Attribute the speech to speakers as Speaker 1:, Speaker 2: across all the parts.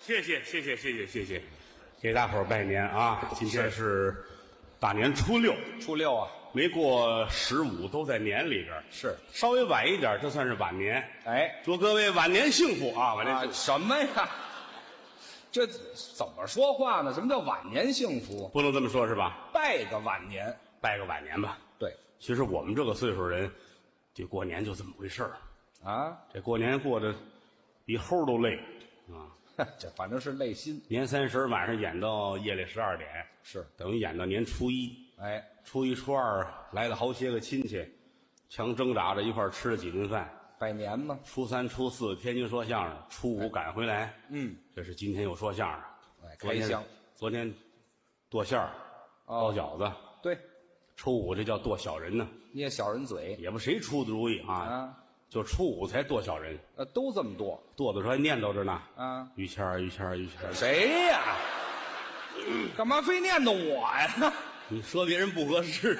Speaker 1: 谢谢谢谢谢谢谢谢，给大伙儿拜年啊！今天是大年初六，
Speaker 2: 初六啊，
Speaker 1: 没过十五都在年里边儿，
Speaker 2: 是，
Speaker 1: 稍微晚一点儿，这算是晚年。
Speaker 2: 哎，
Speaker 1: 祝各位晚年幸福啊！晚年
Speaker 2: 啊
Speaker 1: 幸福、
Speaker 2: 什么呀？ 这怎么说话呢？什么叫晚年幸福？
Speaker 1: 不能这么说，是吧？
Speaker 2: 拜个晚年，
Speaker 1: 拜个晚年吧。
Speaker 2: 对
Speaker 1: 其实我们这个岁数人，这过年就这么回事儿。
Speaker 2: 啊，
Speaker 1: 这过年过得比猴儿都累啊！
Speaker 2: 哼这反正是累心
Speaker 1: 年三十晚上演到夜里十二点，
Speaker 2: 是，
Speaker 1: 等于演到年初一。
Speaker 2: 哎，
Speaker 1: 初一、初二来了好些个亲戚，强挣扎着一块儿吃了几顿饭。
Speaker 2: 拜年嘛，
Speaker 1: 初三、初四天津说相声，初五赶回来。
Speaker 2: 嗯，
Speaker 1: 这是今天又说相声。
Speaker 2: 哎，
Speaker 1: 昨
Speaker 2: 开
Speaker 1: 天
Speaker 2: 箱，
Speaker 1: 昨天剁馅儿、包
Speaker 2: 哦
Speaker 1: 饺子，
Speaker 2: 对，
Speaker 1: 初五这叫剁小人呢，
Speaker 2: 捏小人嘴
Speaker 1: 也不谁出的主意啊，
Speaker 2: 啊，
Speaker 1: 就初五才剁小人，
Speaker 2: 呃，都这么多
Speaker 1: 剁的时候还念叨着呢。
Speaker 2: 啊，
Speaker 1: 于谦儿，于谦儿，于谦儿，
Speaker 2: 谁呀？ 干嘛非念叨我呀？
Speaker 1: 你说别人不合适。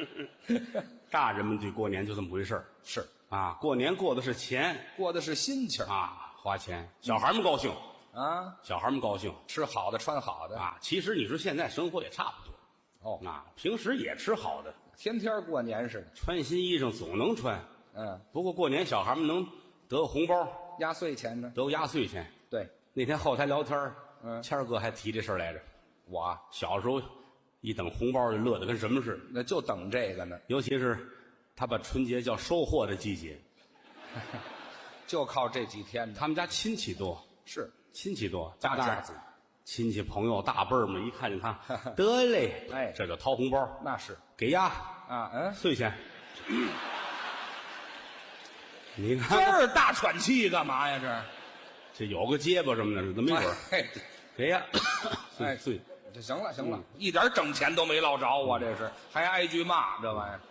Speaker 1: 大人们对过年就这么回事儿
Speaker 2: 是
Speaker 1: 啊，过年过的是钱，
Speaker 2: 过的是心情
Speaker 1: 啊，花钱，小孩们高兴，
Speaker 2: 啊，
Speaker 1: 小孩们高兴
Speaker 2: 吃好的，穿好的，
Speaker 1: 啊。其实你说现在生活也差不多
Speaker 2: 哦，
Speaker 1: 啊，平时也吃好的，
Speaker 2: 天天过年似的，
Speaker 1: 穿新衣裳总能穿。
Speaker 2: 嗯，
Speaker 1: 不过过年小孩们能得个红包，
Speaker 2: 压岁钱呢？
Speaker 1: 得个压岁钱。
Speaker 2: 对，
Speaker 1: 那天后台聊天儿
Speaker 2: 嗯
Speaker 1: 谦儿哥还提这事儿来着。
Speaker 2: 我啊
Speaker 1: 小时候一等红包就乐得跟什么似的，
Speaker 2: 那就等这个呢，
Speaker 1: 尤其是他把春节叫收获的季节。
Speaker 2: 就靠这几天呢。
Speaker 1: 他们家亲戚多，
Speaker 2: 是
Speaker 1: 亲戚多，
Speaker 2: 大
Speaker 1: 大
Speaker 2: 家子，
Speaker 1: 亲戚朋友大辈儿们一看见 他，得嘞，
Speaker 2: 哎
Speaker 1: 这就掏红包。
Speaker 2: 那是
Speaker 1: 给呀，
Speaker 2: 啊，嗯，
Speaker 1: 碎 钱。你
Speaker 2: 这
Speaker 1: 看
Speaker 2: 儿大喘气干嘛呀？这
Speaker 1: 这有个结巴什么的，怎么一会儿
Speaker 2: 哎，
Speaker 1: 给 呀，碎
Speaker 2: 哎
Speaker 1: 碎。
Speaker 2: 这行了行了，一点整钱都没落着我这是还挨句骂这玩意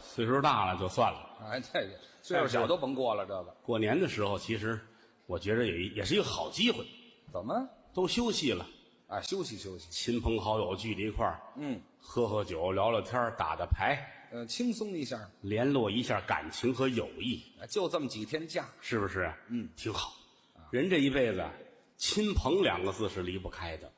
Speaker 1: 岁数大了就算了。
Speaker 2: 儿，哎，这个岁数小都甭过了，这个
Speaker 1: 过年的时候，其实我觉着也也是一个好机会，
Speaker 2: 怎么
Speaker 1: 都休息了，
Speaker 2: 啊？休息休息，
Speaker 1: 亲朋好友聚在一块儿，
Speaker 2: 嗯
Speaker 1: 喝喝酒，聊聊天儿，打打牌，
Speaker 2: 呃，轻松一下，
Speaker 1: 联络一下感情和友谊，
Speaker 2: 就这么几天假，
Speaker 1: 是不是？
Speaker 2: 嗯，
Speaker 1: 挺好。人这一辈子，亲朋两个字是离不开的。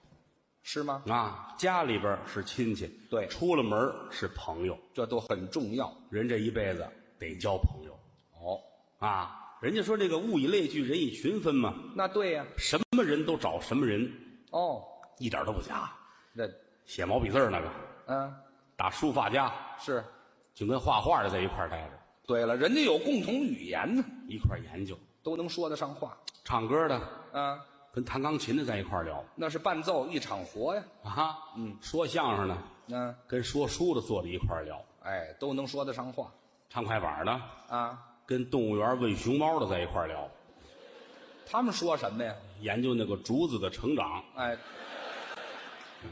Speaker 2: 是吗？
Speaker 1: 啊，家里边儿是亲戚，
Speaker 2: 对
Speaker 1: 出了门儿是朋友，
Speaker 2: 这都很重要
Speaker 1: 人这一辈子得交朋友
Speaker 2: 哦。
Speaker 1: 啊。人家说这个物以类聚，人以群分嘛，
Speaker 2: 那对呀，
Speaker 1: 什么人都找什么人，
Speaker 2: 哦，
Speaker 1: 一点都不假。
Speaker 2: 这
Speaker 1: 写毛笔字儿那个，
Speaker 2: 嗯
Speaker 1: 打书法家，
Speaker 2: 是。
Speaker 1: 就跟画画的在一块儿待着，
Speaker 2: 对了，人家有共同语言呢，
Speaker 1: 一块儿研究。
Speaker 2: 都能说得上话
Speaker 1: 唱歌的
Speaker 2: 啊。
Speaker 1: 跟弹钢琴的在一块儿聊
Speaker 2: 那是伴奏一场活呀。
Speaker 1: 啊，嗯，说相声的
Speaker 2: 嗯，
Speaker 1: 跟说书的坐在一块儿聊，
Speaker 2: 哎，都能说得上话
Speaker 1: 唱快板的
Speaker 2: 啊。
Speaker 1: 跟动物园喂熊猫的在一块儿聊，
Speaker 2: 他们说什么呀？
Speaker 1: 研究那个竹子的成长。
Speaker 2: 哎，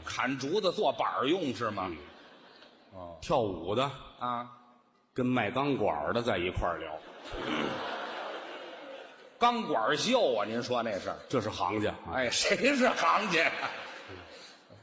Speaker 2: 砍竹子做板儿用是吗？哦
Speaker 1: 跳舞的
Speaker 2: 啊，
Speaker 1: 跟卖钢管的在一块儿聊，
Speaker 2: 钢管秀啊，您说那是？
Speaker 1: 这是行家。，啊
Speaker 2: 哎，谁是行家呀？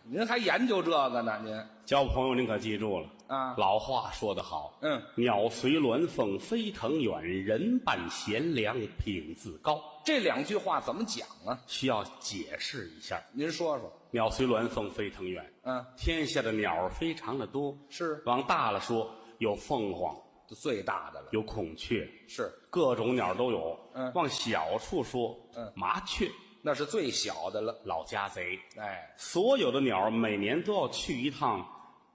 Speaker 2: 您还研究这个呢？您
Speaker 1: 交朋友您可记住了
Speaker 2: 啊
Speaker 1: 老话说得好，
Speaker 2: 嗯
Speaker 1: 鸟随鸾凤飞腾远，人伴贤良品自高。
Speaker 2: 这两句话怎么讲啊？
Speaker 1: 需要解释一下，
Speaker 2: 您说说。
Speaker 1: 鸟随鸾凤飞腾远，
Speaker 2: 嗯，
Speaker 1: 天下的鸟儿非常的多，
Speaker 2: 是
Speaker 1: 往大了说有凤凰，
Speaker 2: 最大的了，
Speaker 1: 有孔雀，
Speaker 2: 是
Speaker 1: 各种鸟都有。
Speaker 2: 嗯
Speaker 1: 往小处说，
Speaker 2: 嗯
Speaker 1: 麻雀、
Speaker 2: 那是最小的了。
Speaker 1: 老家贼，
Speaker 2: 哎，
Speaker 1: 所有的鸟儿每年都要去一趟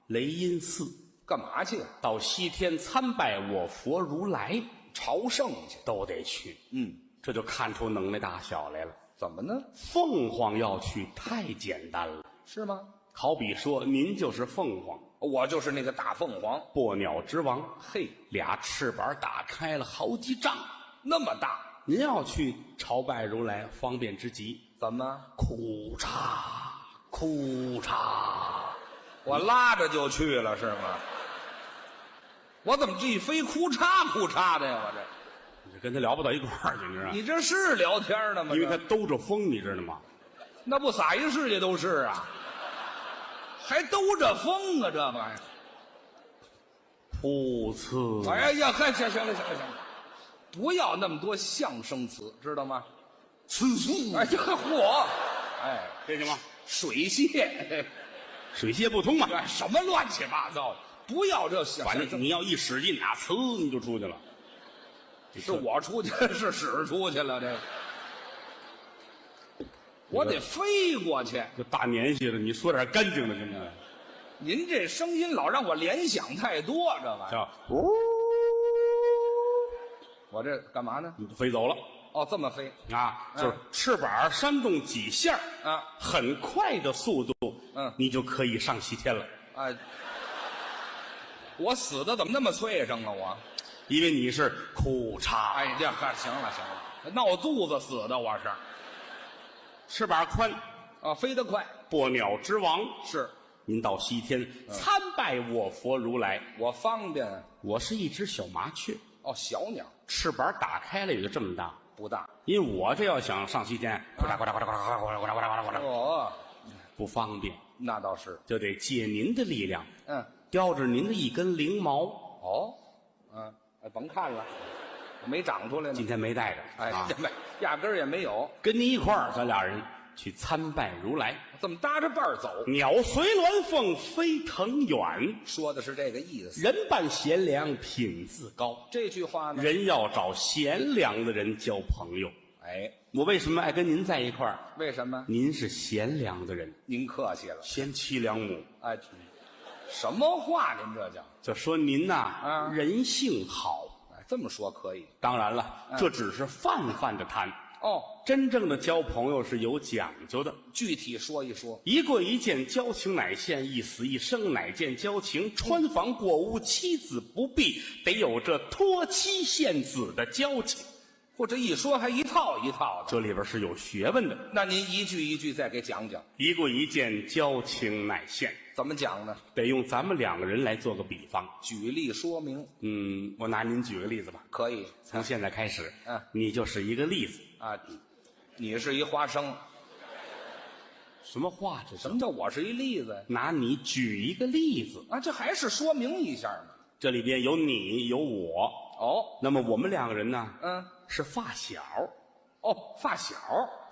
Speaker 1: 雷音寺，
Speaker 2: 干嘛去？啊
Speaker 1: 到西天参拜我佛如来，
Speaker 2: 朝圣去。
Speaker 1: 都得去。
Speaker 2: 嗯，
Speaker 1: 这就看出能耐大小来了。
Speaker 2: 怎么呢？
Speaker 1: 凤凰要去太简单了，
Speaker 2: 是吗？
Speaker 1: 好比说您就是凤凰，
Speaker 2: 我就是那个大凤凰。
Speaker 1: 破鸟之王，
Speaker 2: 嘿，
Speaker 1: 俩翅膀打开了好几丈。
Speaker 2: 那么大，
Speaker 1: 您要去朝拜如来，方便之极。
Speaker 2: 怎么？
Speaker 1: 哭嚓，哭嚓，
Speaker 2: 我拉着就去了是吗？我怎么这一飞哭嚓哭嚓的呀？我这，
Speaker 1: 你跟他聊不到一块儿去，你知道吗？
Speaker 2: 你这是聊天呢吗？
Speaker 1: 因为他
Speaker 2: 这
Speaker 1: 兜着风，你知道吗？
Speaker 2: 那不撒一世界都是啊，还兜着风啊，这玩意儿。
Speaker 1: 噗呲！
Speaker 2: 哎哎呀，嗨，行行了行了行了，不要那么多相声词，知道吗？
Speaker 1: 呲嗖，
Speaker 2: 哎呀，嚯！哎，
Speaker 1: 这行吗？
Speaker 2: 水蟹，
Speaker 1: 水泄不通嘛，
Speaker 2: 哎，什么乱七八糟的！不要这小，
Speaker 1: 反正你要一使劲啊，呲你就出去了。
Speaker 2: 是我出去，是屎出去了，这个我得飞过去。
Speaker 1: 这大年纪了，你说点干净的行不行？
Speaker 2: 您这声音老让我联想太多，这玩意儿，
Speaker 1: 叫呜，
Speaker 2: 我这干嘛呢？
Speaker 1: 你就飞走了
Speaker 2: 哦，这么飞
Speaker 1: 啊！就是
Speaker 2: 嗯
Speaker 1: 翅膀扇动几下，
Speaker 2: 啊？
Speaker 1: 很快的速度，
Speaker 2: 嗯
Speaker 1: 你就可以上西天了，
Speaker 2: 哎，我死的怎么那么脆生啊？我，
Speaker 1: 因为你是裤衩，
Speaker 2: 哎，这嗨行了行了，闹肚子死的我是
Speaker 1: 翅膀宽，
Speaker 2: 啊，飞得快
Speaker 1: 破鸟之王。
Speaker 2: 是
Speaker 1: 您到西天
Speaker 2: 嗯
Speaker 1: 参拜我佛如来，
Speaker 2: 我方便
Speaker 1: 我是一只小麻雀，
Speaker 2: 哦，小鸟
Speaker 1: 翅膀打开了也就这么大。
Speaker 2: 不大
Speaker 1: 因为我这要想上西
Speaker 2: 啊
Speaker 1: 天，呱嗒呱嗒呱嗒呱嗒呱嗒呱嗒呱嗒呱嗒呱嗒，
Speaker 2: 哦，
Speaker 1: 不方便，
Speaker 2: 那倒是
Speaker 1: 就得借您的力量，
Speaker 2: 嗯
Speaker 1: 叼着您的一根翎毛。
Speaker 2: 哦嗯，哎甭看了，没长出来呢
Speaker 1: 今，天没带着，
Speaker 2: 哎
Speaker 1: 啊，
Speaker 2: 这没压根儿也没有，
Speaker 1: 跟您一块儿，咱俩人去参拜如来。
Speaker 2: 这么搭着伴儿走，
Speaker 1: 鸟随鸾凤飞腾远，
Speaker 2: 说的是这个意思。
Speaker 1: 人伴贤良品自高。
Speaker 2: 这句话呢，
Speaker 1: 人要找贤良的人交朋友。
Speaker 2: 哎，
Speaker 1: 我为什么爱跟您在一块儿？
Speaker 2: 为什么？
Speaker 1: 您是贤良的人，
Speaker 2: 您客气了，
Speaker 1: 贤妻良母。
Speaker 2: 哎，什么话您这叫？
Speaker 1: 就说您呐、
Speaker 2: 啊
Speaker 1: 人性好。
Speaker 2: 哎，这么说可以
Speaker 1: 当然了，
Speaker 2: 嗯
Speaker 1: 这只是泛泛的谈，
Speaker 2: 哦。
Speaker 1: 真正的交朋友是有讲究的。
Speaker 2: 具体说一说，
Speaker 1: 一过一见交情乃现，一死一生乃见交情。穿房过屋，妻子不避，得有这托妻献子的交情。
Speaker 2: 或者一说还一套一套的。
Speaker 1: 这里边是有学问的。
Speaker 2: 那您一句一句再给讲讲，
Speaker 1: 一过一见交情乃现，
Speaker 2: 怎么讲呢？
Speaker 1: 得用咱们两个人来做个比方。
Speaker 2: 举例说明
Speaker 1: 嗯，我拿您举个例子吧。
Speaker 2: 可以
Speaker 1: 从现在开始，
Speaker 2: 嗯
Speaker 1: 你就是一个例子。
Speaker 2: 啊。你是一花生，
Speaker 1: 什么话这
Speaker 2: 什
Speaker 1: 是？
Speaker 2: 么叫我是一例子呀？
Speaker 1: 拿你举一个例子，
Speaker 2: 啊，这还是说明一下嘛。
Speaker 1: 这里边有你有我，
Speaker 2: 哦，
Speaker 1: 那么我们两个人呢
Speaker 2: 嗯，
Speaker 1: 是发小，
Speaker 2: 哦，发小，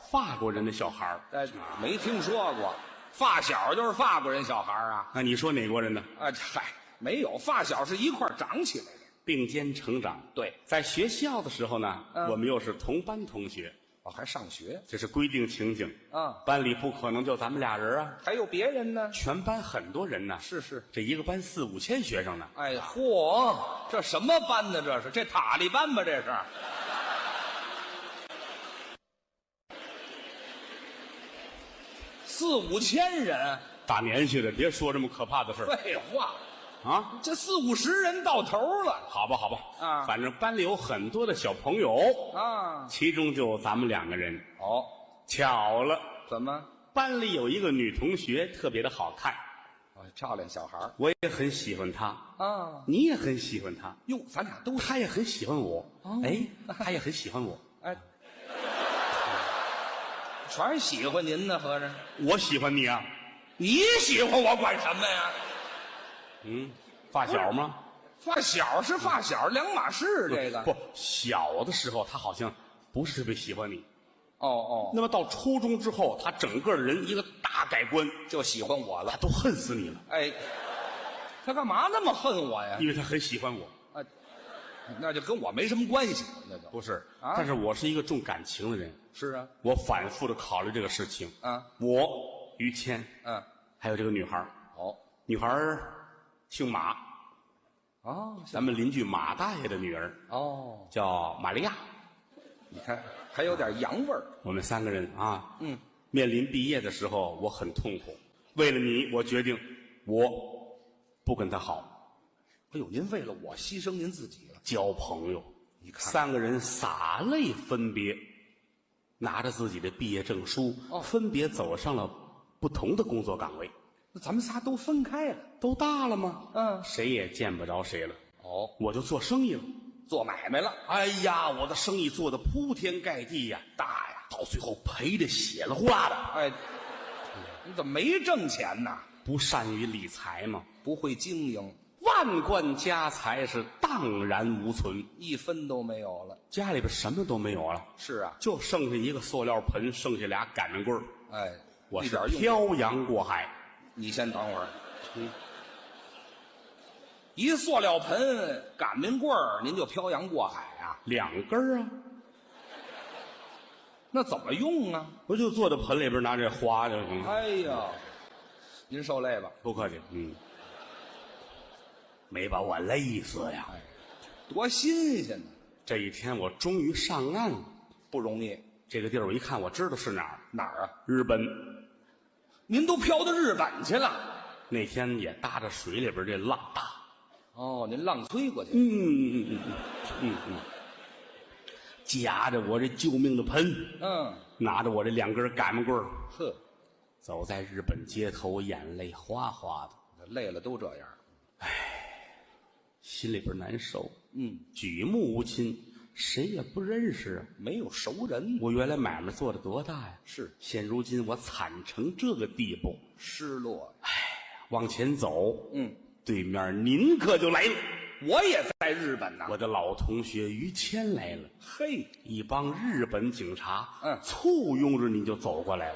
Speaker 1: 法国人的小孩儿。
Speaker 2: 哎，没听说过，发小就是法国人小孩儿啊。
Speaker 1: 那你说哪国人呢？
Speaker 2: 啊，这嗨，没有，发小是一块儿长起来的。
Speaker 1: 并肩成长。
Speaker 2: 对，
Speaker 1: 在学校的时候呢，
Speaker 2: 嗯
Speaker 1: 我们又是同班同学，
Speaker 2: 哦，还上学
Speaker 1: 这是规定情景。
Speaker 2: 啊？
Speaker 1: 班里不可能就咱们俩人啊，
Speaker 2: 还有别人呢？
Speaker 1: 全班很多人呢，
Speaker 2: 是是，
Speaker 1: 这一个班四五千学生呢。
Speaker 2: 哎，嚯，这什么班呢？这是这塔利班吧？这是？四五千人，
Speaker 1: 大年纪的，别说这么可怕的事儿
Speaker 2: 废话，
Speaker 1: 啊！
Speaker 2: 这四五十人到头了
Speaker 1: 好吧，好吧，
Speaker 2: 啊
Speaker 1: 反正班里有很多的小朋友，
Speaker 2: 啊！
Speaker 1: 其中就有咱们两个人。
Speaker 2: 哦，
Speaker 1: 巧了，
Speaker 2: 怎么？
Speaker 1: 班里有一个女同学特别的好看，
Speaker 2: 啊，漂亮小孩儿
Speaker 1: 我也很喜欢她，
Speaker 2: 啊！
Speaker 1: 你也很喜欢她，
Speaker 2: 哟，咱俩都
Speaker 1: 她也很喜欢我，
Speaker 2: 哦
Speaker 1: 哎，她也很喜欢我，
Speaker 2: 哎，全是喜欢您呢，合着
Speaker 1: 我喜欢你啊，
Speaker 2: 你喜欢我管什么呀？
Speaker 1: 嗯，发小吗？
Speaker 2: 发小是发小，两码事。这个
Speaker 1: 不小的时候，她好像不是特别喜欢你。
Speaker 2: 哦哦，
Speaker 1: 那么到初中之后，她整个人一个大改观，
Speaker 2: 就喜欢我
Speaker 1: 她
Speaker 2: 了。
Speaker 1: 都恨死你了，
Speaker 2: 哎，他干嘛那么恨我呀？
Speaker 1: 因为她很喜欢我。
Speaker 2: 啊，那就跟我没什么关系，那就
Speaker 1: 不是，
Speaker 2: 啊
Speaker 1: 但是我是一个重感情的人，
Speaker 2: 是啊，
Speaker 1: 我反复的考虑这个事情。
Speaker 2: 啊，
Speaker 1: 我于谦，
Speaker 2: 嗯，
Speaker 1: 还有这个女孩儿
Speaker 2: 好
Speaker 1: 女孩儿姓马，
Speaker 2: 哦
Speaker 1: 咱们邻居马大爷的女儿
Speaker 2: 哦，
Speaker 1: 叫玛利亚。
Speaker 2: 你看还有点洋味儿。
Speaker 1: 我们三个人啊，
Speaker 2: 嗯，
Speaker 1: 面临毕业的时候，我很痛苦。为了你，我决定我不跟她好，
Speaker 2: 哎呦，您为了我牺牲您自己了。
Speaker 1: 交朋友。
Speaker 2: 你看
Speaker 1: 三个人洒泪分别，拿着自己的毕业证书，
Speaker 2: 哦
Speaker 1: 分别走上了不同的工作岗位。
Speaker 2: 那咱们仨都分开了。
Speaker 1: 都大了吗？
Speaker 2: 嗯，
Speaker 1: 谁也见不着谁了，
Speaker 2: 哦，
Speaker 1: 我就做生意了。
Speaker 2: 做买卖了，
Speaker 1: 哎呀，我的生意做的铺天盖地呀、大呀，到最后赔的血了呼啦的。
Speaker 2: 哎，你怎么没挣钱呢？
Speaker 1: 不善于理财嘛，
Speaker 2: 不会经营，
Speaker 1: 万万贯家财是荡然无存，
Speaker 2: 一分都没有了。
Speaker 1: 家里边什么都没有了，
Speaker 2: 是啊，
Speaker 1: 就剩下一个塑料盆，剩下俩擀面棍儿。
Speaker 2: 哎，
Speaker 1: 我
Speaker 2: 一
Speaker 1: 是
Speaker 2: 点用都没
Speaker 1: 漂
Speaker 2: 有。
Speaker 1: 洋过海，
Speaker 2: 你先等会儿。一塑料盆、擀面棍儿，您就漂洋过海啊？
Speaker 1: 两根儿啊，
Speaker 2: 那怎么用啊？
Speaker 1: 不就坐在盆里边拿这花就行了？
Speaker 2: 哎呀，您受累吧，
Speaker 1: 不客气，嗯，没把我累死呀！
Speaker 2: 多新鲜呢，
Speaker 1: 这一天我终于上岸了。
Speaker 2: 不容易。
Speaker 1: 这个地儿我一看，我知道是哪儿，
Speaker 2: 哪儿啊？
Speaker 1: 日本。
Speaker 2: 您都漂到日本去了？
Speaker 1: 那天也搭着水里边，这浪大。
Speaker 2: 哦，您浪吹过去。
Speaker 1: 嗯嗯嗯嗯嗯嗯，夹着我这救命的盆，
Speaker 2: 嗯，
Speaker 1: 拿着我这两根擀面棍儿，
Speaker 2: 呵，
Speaker 1: 走在日本街头，眼泪哗哗的，
Speaker 2: 累了都这样。
Speaker 1: 心里边难受。
Speaker 2: 嗯，
Speaker 1: 举目无亲，谁也不认识啊。
Speaker 2: 没有熟人，
Speaker 1: 我原来买卖做的多大呀？
Speaker 2: 是
Speaker 1: 现如今我惨成这个地步，
Speaker 2: 失落。
Speaker 1: 往前走，
Speaker 2: 嗯，
Speaker 1: 对面您可就来了，
Speaker 2: 我也在日本呢。
Speaker 1: 我的老同学于谦来了，
Speaker 2: 嘿，
Speaker 1: 一帮日本警察，
Speaker 2: 嗯
Speaker 1: 簇拥着你就走过来了。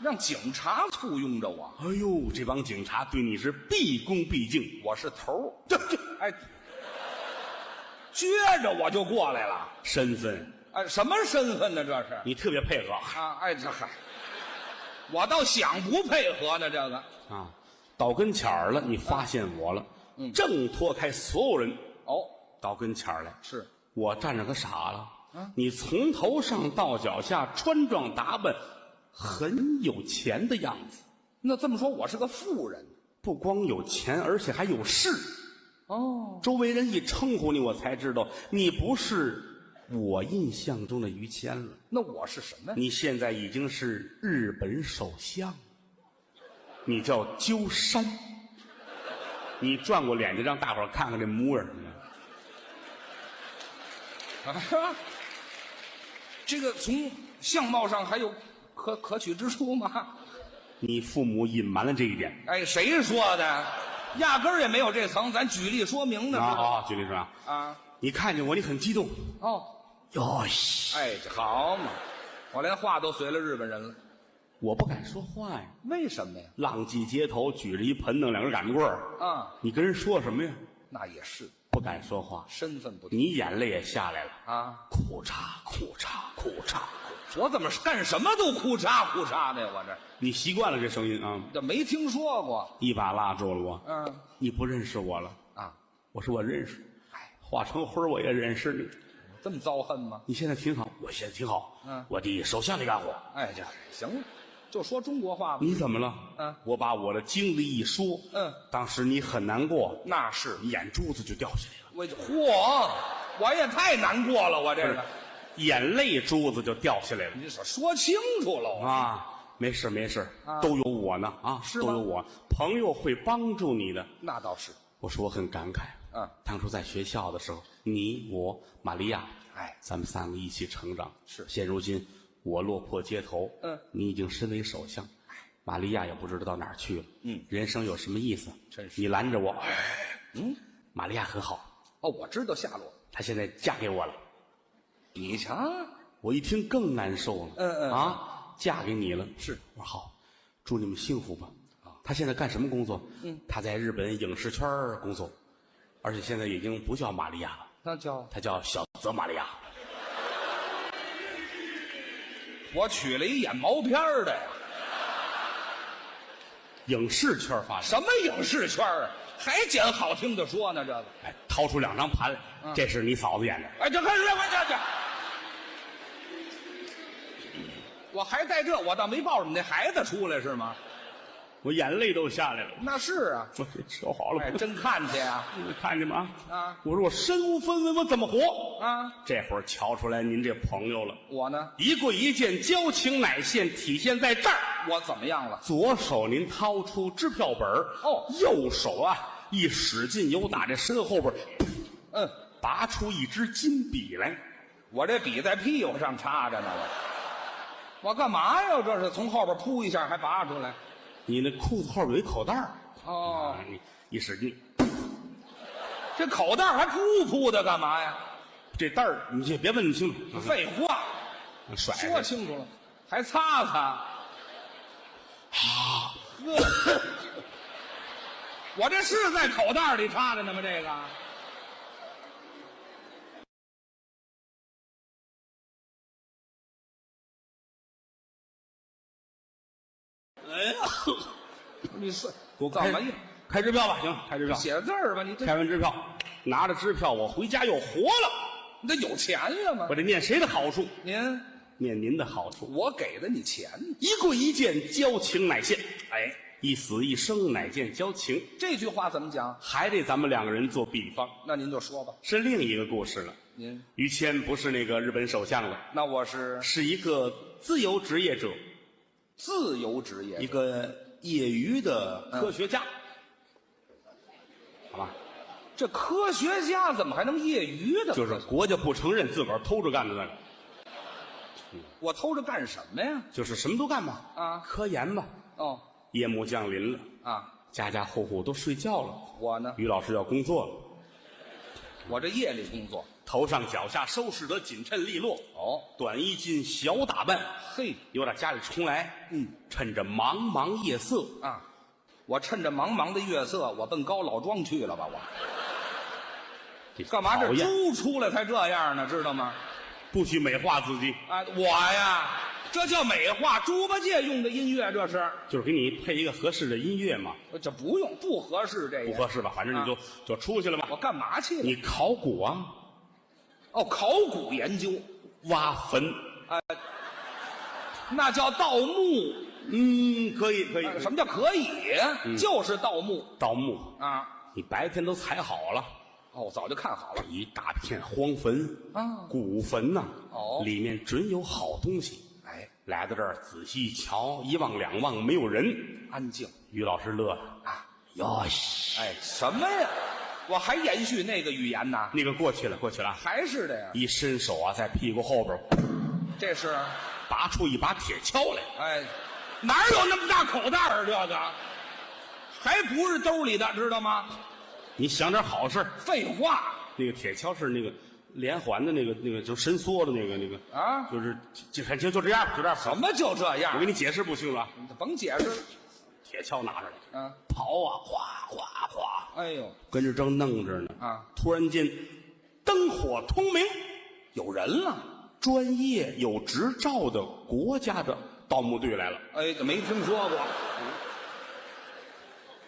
Speaker 2: 让警察簇拥着我，
Speaker 1: 哎呦，这帮警察对你是毕恭毕敬，
Speaker 2: 我是头儿。这这，哎，撅着我就过来了。
Speaker 1: 身份
Speaker 2: 哎，什么身份呢？这是
Speaker 1: 你特别配合
Speaker 2: 啊？哎，这还，我倒想不配合呢。这个
Speaker 1: 啊。到跟前儿了，你发现我了，正脱开所有人，
Speaker 2: 哦，
Speaker 1: 到跟前儿来，
Speaker 2: 是
Speaker 1: 我站着可傻了。你从头上到脚下穿装打扮很有钱的样子，
Speaker 2: 那这么说，我是个富人
Speaker 1: 不光有钱，而且还有势。
Speaker 2: 哦？
Speaker 1: 周围人一称呼你，我才知道你不是我印象中的于谦了，
Speaker 2: 那我是什 么呀？
Speaker 1: 你现在已经是日本首相，你叫鸠山。你转过脸去，让大伙儿看看这模样。
Speaker 2: 这个从相貌上还有可可取之处吗？
Speaker 1: 你父母隐瞒了这一点
Speaker 2: 哎，谁说的？压根儿也没有这层，咱举例说明呢。
Speaker 1: 啊
Speaker 2: 是吧
Speaker 1: 啊！举例说啊，
Speaker 2: 啊，
Speaker 1: 你看见我，你很激动，
Speaker 2: 哦，
Speaker 1: 哟西，
Speaker 2: 哎，这好嘛，我连话都随了日本人了。
Speaker 1: 我不敢说话呀。
Speaker 2: 为什么呀？
Speaker 1: 浪迹街头，举着一盆子，两根擀面棍儿，
Speaker 2: 啊，
Speaker 1: 你跟人说什么呀？
Speaker 2: 那也是
Speaker 1: 不敢说话，
Speaker 2: 身份不同
Speaker 1: 你眼泪也下来了，
Speaker 2: 啊。
Speaker 1: 哭嚓哭嚓哭嚓，
Speaker 2: 我怎么干什么都哭嚓哭嚓的呀？我这
Speaker 1: 你习惯了这声音啊？
Speaker 2: 这没听说过。
Speaker 1: 一把拉住了我，
Speaker 2: 嗯
Speaker 1: 你不认识我了？
Speaker 2: 啊，
Speaker 1: 我说我认识
Speaker 2: 哎，
Speaker 1: 化成灰儿我也认识你。
Speaker 2: 这么遭恨吗？
Speaker 1: 你现在挺好，我现在挺好。
Speaker 2: 嗯
Speaker 1: 我第一首相得干活。
Speaker 2: 哎，这行了，就说中国话吧。
Speaker 1: 你怎么了？
Speaker 2: 嗯，
Speaker 1: 我把我的经历一说，
Speaker 2: 嗯，
Speaker 1: 当时你很难过，
Speaker 2: 那是
Speaker 1: 你眼珠子就掉下来了，
Speaker 2: 我嚯，我也太难过了，我这个，
Speaker 1: 眼泪珠子就掉下来了。
Speaker 2: 你说说清楚了
Speaker 1: 啊，没事没事，
Speaker 2: 嗯啊
Speaker 1: 都有我呢啊，
Speaker 2: 是吗
Speaker 1: 都有我，朋友会帮助你的。
Speaker 2: 那倒是，
Speaker 1: 我说我很感慨，
Speaker 2: 嗯，
Speaker 1: 当初在学校的时候，你我玛利亚，
Speaker 2: 哎
Speaker 1: 咱们三个一起成长。
Speaker 2: 是
Speaker 1: 现如今我落魄街头，
Speaker 2: 嗯，
Speaker 1: 你已经身为首相，玛利亚也不知道到哪儿去了。
Speaker 2: 嗯，
Speaker 1: 人生有什么意思？
Speaker 2: 真是
Speaker 1: 你拦着我，哎
Speaker 2: 嗯，
Speaker 1: 玛利亚很好，
Speaker 2: 哦，我知道下落，
Speaker 1: 她现在嫁给我了。
Speaker 2: 你瞧，
Speaker 1: 我一听更难受了，
Speaker 2: 嗯嗯
Speaker 1: 啊，嫁给你了，
Speaker 2: 是，啊
Speaker 1: 我说好，祝你们幸福吧。他现在干什么工作？嗯，他在日本影视圈儿工作，而且现在已经不叫玛利亚了，
Speaker 2: 那叫
Speaker 1: 他叫小泽玛利亚。
Speaker 2: 我娶了一演毛片儿的呀，
Speaker 1: 影视圈儿发展，
Speaker 2: 什么影视圈儿啊，还捡好听的说呢，这个，
Speaker 1: 哎，掏出两张盘来，
Speaker 2: 嗯
Speaker 1: 这是你嫂子演的，
Speaker 2: 哎，这看这看这这，我还带这，我倒没抱着你那孩子出来是吗？
Speaker 1: 我眼泪都下来了。
Speaker 2: 那是啊，
Speaker 1: 我这手好了，
Speaker 2: 哎，真看去啊，
Speaker 1: 你看见吗？
Speaker 2: 啊
Speaker 1: 我说我身无分文，我怎么活？
Speaker 2: 啊，
Speaker 1: 这会儿瞧出来您这朋友了，
Speaker 2: 我呢，
Speaker 1: 一跪一见，交情乃现，体现在这儿。
Speaker 2: 我怎么样了？
Speaker 1: 左手您掏出支票本儿
Speaker 2: 哦
Speaker 1: 右手啊一使劲，由打这身后边儿
Speaker 2: 嗯。
Speaker 1: 拔出一支金笔来。
Speaker 2: 我这笔在屁股上插着呢，我我干嘛呀？这是从后边扑一下还拔出来？
Speaker 1: 你那裤子后边有一口袋儿
Speaker 2: 哦
Speaker 1: 啊，你一使劲，
Speaker 2: 这口袋还噗噗的干嘛呀？
Speaker 1: 这袋儿你也别问清楚，啊
Speaker 2: 废话，
Speaker 1: 嗯甩着
Speaker 2: 说清楚了，还擦擦。啊呵， 我这是在口袋里插着呢吗？这个
Speaker 1: 哎呀，
Speaker 2: 你是
Speaker 1: 我
Speaker 2: 怎么
Speaker 1: 开
Speaker 2: 一
Speaker 1: 开支票吧？行，开支票，
Speaker 2: 写字儿吧？你这
Speaker 1: 开完支票，拿着支票，我回家又活了。
Speaker 2: 你这有钱呀吗
Speaker 1: 我？得念谁的好处？
Speaker 2: 您
Speaker 1: 念您的好处。
Speaker 2: 我给的你钱，
Speaker 1: 一跪一见，交情乃现。哎，一死一生，乃见交情。
Speaker 2: 这句话怎么讲？
Speaker 1: 还得咱们两个人做比方，
Speaker 2: 那您就说吧。
Speaker 1: 是另一个故事了。
Speaker 2: 您
Speaker 1: 于谦不是那个日本首相了，
Speaker 2: 那我是
Speaker 1: 是一个自由职业者，
Speaker 2: 自由职业
Speaker 1: 一，个业余的科学家，好吧？
Speaker 2: 这科学家怎么还能业余的？
Speaker 1: 就是国家不承认自个儿偷着干的那个，
Speaker 2: 我偷着干什么呀？
Speaker 1: 就是什么都干吧，
Speaker 2: 啊
Speaker 1: 科研吧。
Speaker 2: 哦
Speaker 1: 夜幕降临了，
Speaker 2: 啊，
Speaker 1: 家家户户都睡觉了，
Speaker 2: 我呢？
Speaker 1: 于老师要工作了，
Speaker 2: 我这夜里工作。
Speaker 1: 头上脚下收拾得紧趁利落。
Speaker 2: 哦，
Speaker 1: 短衣襟，小打扮，
Speaker 2: 嘿
Speaker 1: 有点家里重来。
Speaker 2: 嗯，
Speaker 1: 趁着茫茫夜色，
Speaker 2: 啊，我趁着茫茫的月色，我奔高老庄去了吧？我干嘛
Speaker 1: 讨
Speaker 2: 这
Speaker 1: 厌
Speaker 2: 猪出来才这样呢？知道吗？
Speaker 1: 不许美化自己，
Speaker 2: 啊，我呀，这叫美化，猪八戒用的音乐这是。
Speaker 1: 就是给你配一个合适的音乐嘛，
Speaker 2: 这不用，不合适这
Speaker 1: 不
Speaker 2: 个。
Speaker 1: 合适吧？反正你就、
Speaker 2: 啊
Speaker 1: 就出去了吧
Speaker 2: 我。干嘛去了？
Speaker 1: 你考古啊，
Speaker 2: 哦，考古研究，
Speaker 1: 挖坟，
Speaker 2: 那叫盗墓。
Speaker 1: 嗯，可以可以。
Speaker 2: 呃
Speaker 1: 可以
Speaker 2: 什么叫可以？
Speaker 1: 嗯
Speaker 2: 就是盗墓
Speaker 1: 盗墓？
Speaker 2: 啊。
Speaker 1: 你白天都踩好了，
Speaker 2: 哦，我早就看好了。
Speaker 1: 一大片荒坟
Speaker 2: 啊
Speaker 1: 古坟呐、
Speaker 2: 哦
Speaker 1: 里面准有好东西。
Speaker 2: 哎，
Speaker 1: 来到这儿仔细一瞧，一望两望没有人，
Speaker 2: 安静
Speaker 1: 于老师乐了，
Speaker 2: 啊。
Speaker 1: 哟西，
Speaker 2: 哎，什么呀？我还延续那个语言呢？
Speaker 1: 那个过去了，过去了啊。
Speaker 2: 还是的呀？
Speaker 1: 一伸手啊，在屁股后边
Speaker 2: 这是
Speaker 1: 拔出一把铁锹来，
Speaker 2: 哎，哪有那么大口袋儿啊？这个还不是兜里的，知道吗？
Speaker 1: 你想点好事儿。
Speaker 2: 废话
Speaker 1: 那个铁锹是那个连环的那个那个，就是伸缩的那个那个，
Speaker 2: 啊！
Speaker 1: 就是就就就这样吧，就这样吧。
Speaker 2: 什么就这
Speaker 1: 我
Speaker 2: 样
Speaker 1: 给？你解释不清楚啊。
Speaker 2: 你甭解释了。
Speaker 1: 铁锹拿着，
Speaker 2: 啊，
Speaker 1: 刨啊，哗哗哗，
Speaker 2: 哎呦，
Speaker 1: 跟这正弄着呢
Speaker 2: 啊！
Speaker 1: 突然间，灯火通明，
Speaker 2: 有人了。
Speaker 1: 专业有执照的国家的盗墓队来了。
Speaker 2: 哎，没听说过。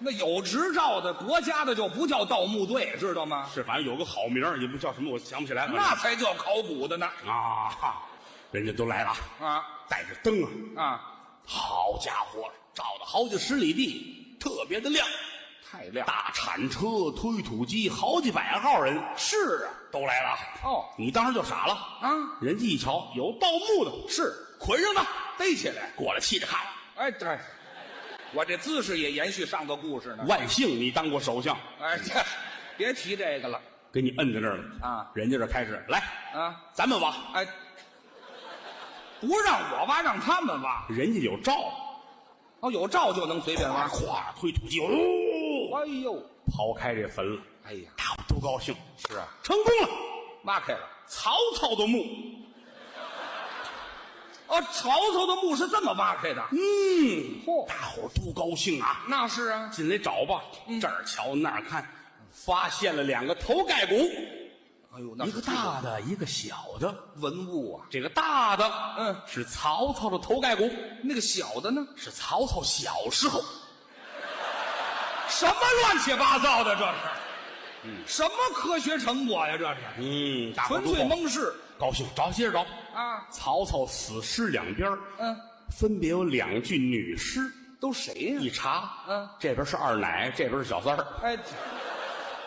Speaker 2: 那有执照的国家的就不叫盗墓队，知道吗？
Speaker 1: 是，反正有个好名儿，也不叫什么，我想不起来。反正
Speaker 2: 那才叫考古的呢。
Speaker 1: 啊，哈人家都来了啊，
Speaker 2: 啊
Speaker 1: 带着灯啊，
Speaker 2: 啊，
Speaker 1: 好家伙，照的好几十里地，特别的亮。
Speaker 2: 太亮。
Speaker 1: 大铲车、推土机，好几百号人
Speaker 2: 是啊，
Speaker 1: 都来了。
Speaker 2: 哦
Speaker 1: 你当时就傻了，
Speaker 2: 啊，
Speaker 1: 人家一瞧有盗墓的，
Speaker 2: 是
Speaker 1: 捆上他，
Speaker 2: 逮起来。
Speaker 1: 过来气着看。
Speaker 2: 哎，对，我这姿势也延续上个故事呢。
Speaker 1: 万幸你当过首相，
Speaker 2: 啊哎，这别提这个了
Speaker 1: 给你摁在那儿了
Speaker 2: 啊
Speaker 1: 人家这开始来，
Speaker 2: 啊！
Speaker 1: 咱们挖，
Speaker 2: 哎，不让我挖，让他们挖。
Speaker 1: 人家有照，
Speaker 2: 哦，有照就能随便
Speaker 1: 哗
Speaker 2: 挖。
Speaker 1: 哗推土机，哦，
Speaker 2: 哎呦，
Speaker 1: 刨开这坟了，
Speaker 2: 哎呀，
Speaker 1: 大伙都高兴，
Speaker 2: 是啊，
Speaker 1: 成功了。
Speaker 2: 挖开了。
Speaker 1: 曹操的墓，
Speaker 2: 哦，曹操的墓是这么挖开的。
Speaker 1: 嗯，
Speaker 2: 嚯、
Speaker 1: 大伙儿都高兴啊，
Speaker 2: 那是啊，
Speaker 1: 进来找吧，
Speaker 2: 嗯
Speaker 1: 这儿瞧那儿看，发现了两个头盖骨，
Speaker 2: 哎呦，那
Speaker 1: 一
Speaker 2: 是
Speaker 1: 个大的，一个小的。
Speaker 2: 文物啊，
Speaker 1: 这个大的，
Speaker 2: 嗯
Speaker 1: 是曹操的头盖骨，
Speaker 2: 那个小的呢？
Speaker 1: 是曹操小时候。
Speaker 2: 什么乱七八糟的这是？什么科学成果呀？这是
Speaker 1: 嗯，大伙儿
Speaker 2: 纯
Speaker 1: 都
Speaker 2: 粹
Speaker 1: 高
Speaker 2: 蒙事
Speaker 1: 高兴，找接着找。
Speaker 2: 啊！
Speaker 1: 曹操死尸两边儿
Speaker 2: 嗯，
Speaker 1: 分别有两具女尸，
Speaker 2: 都谁呀、
Speaker 1: 一查，
Speaker 2: 嗯
Speaker 1: 这边是二奶，这边是小三儿。
Speaker 2: 哎，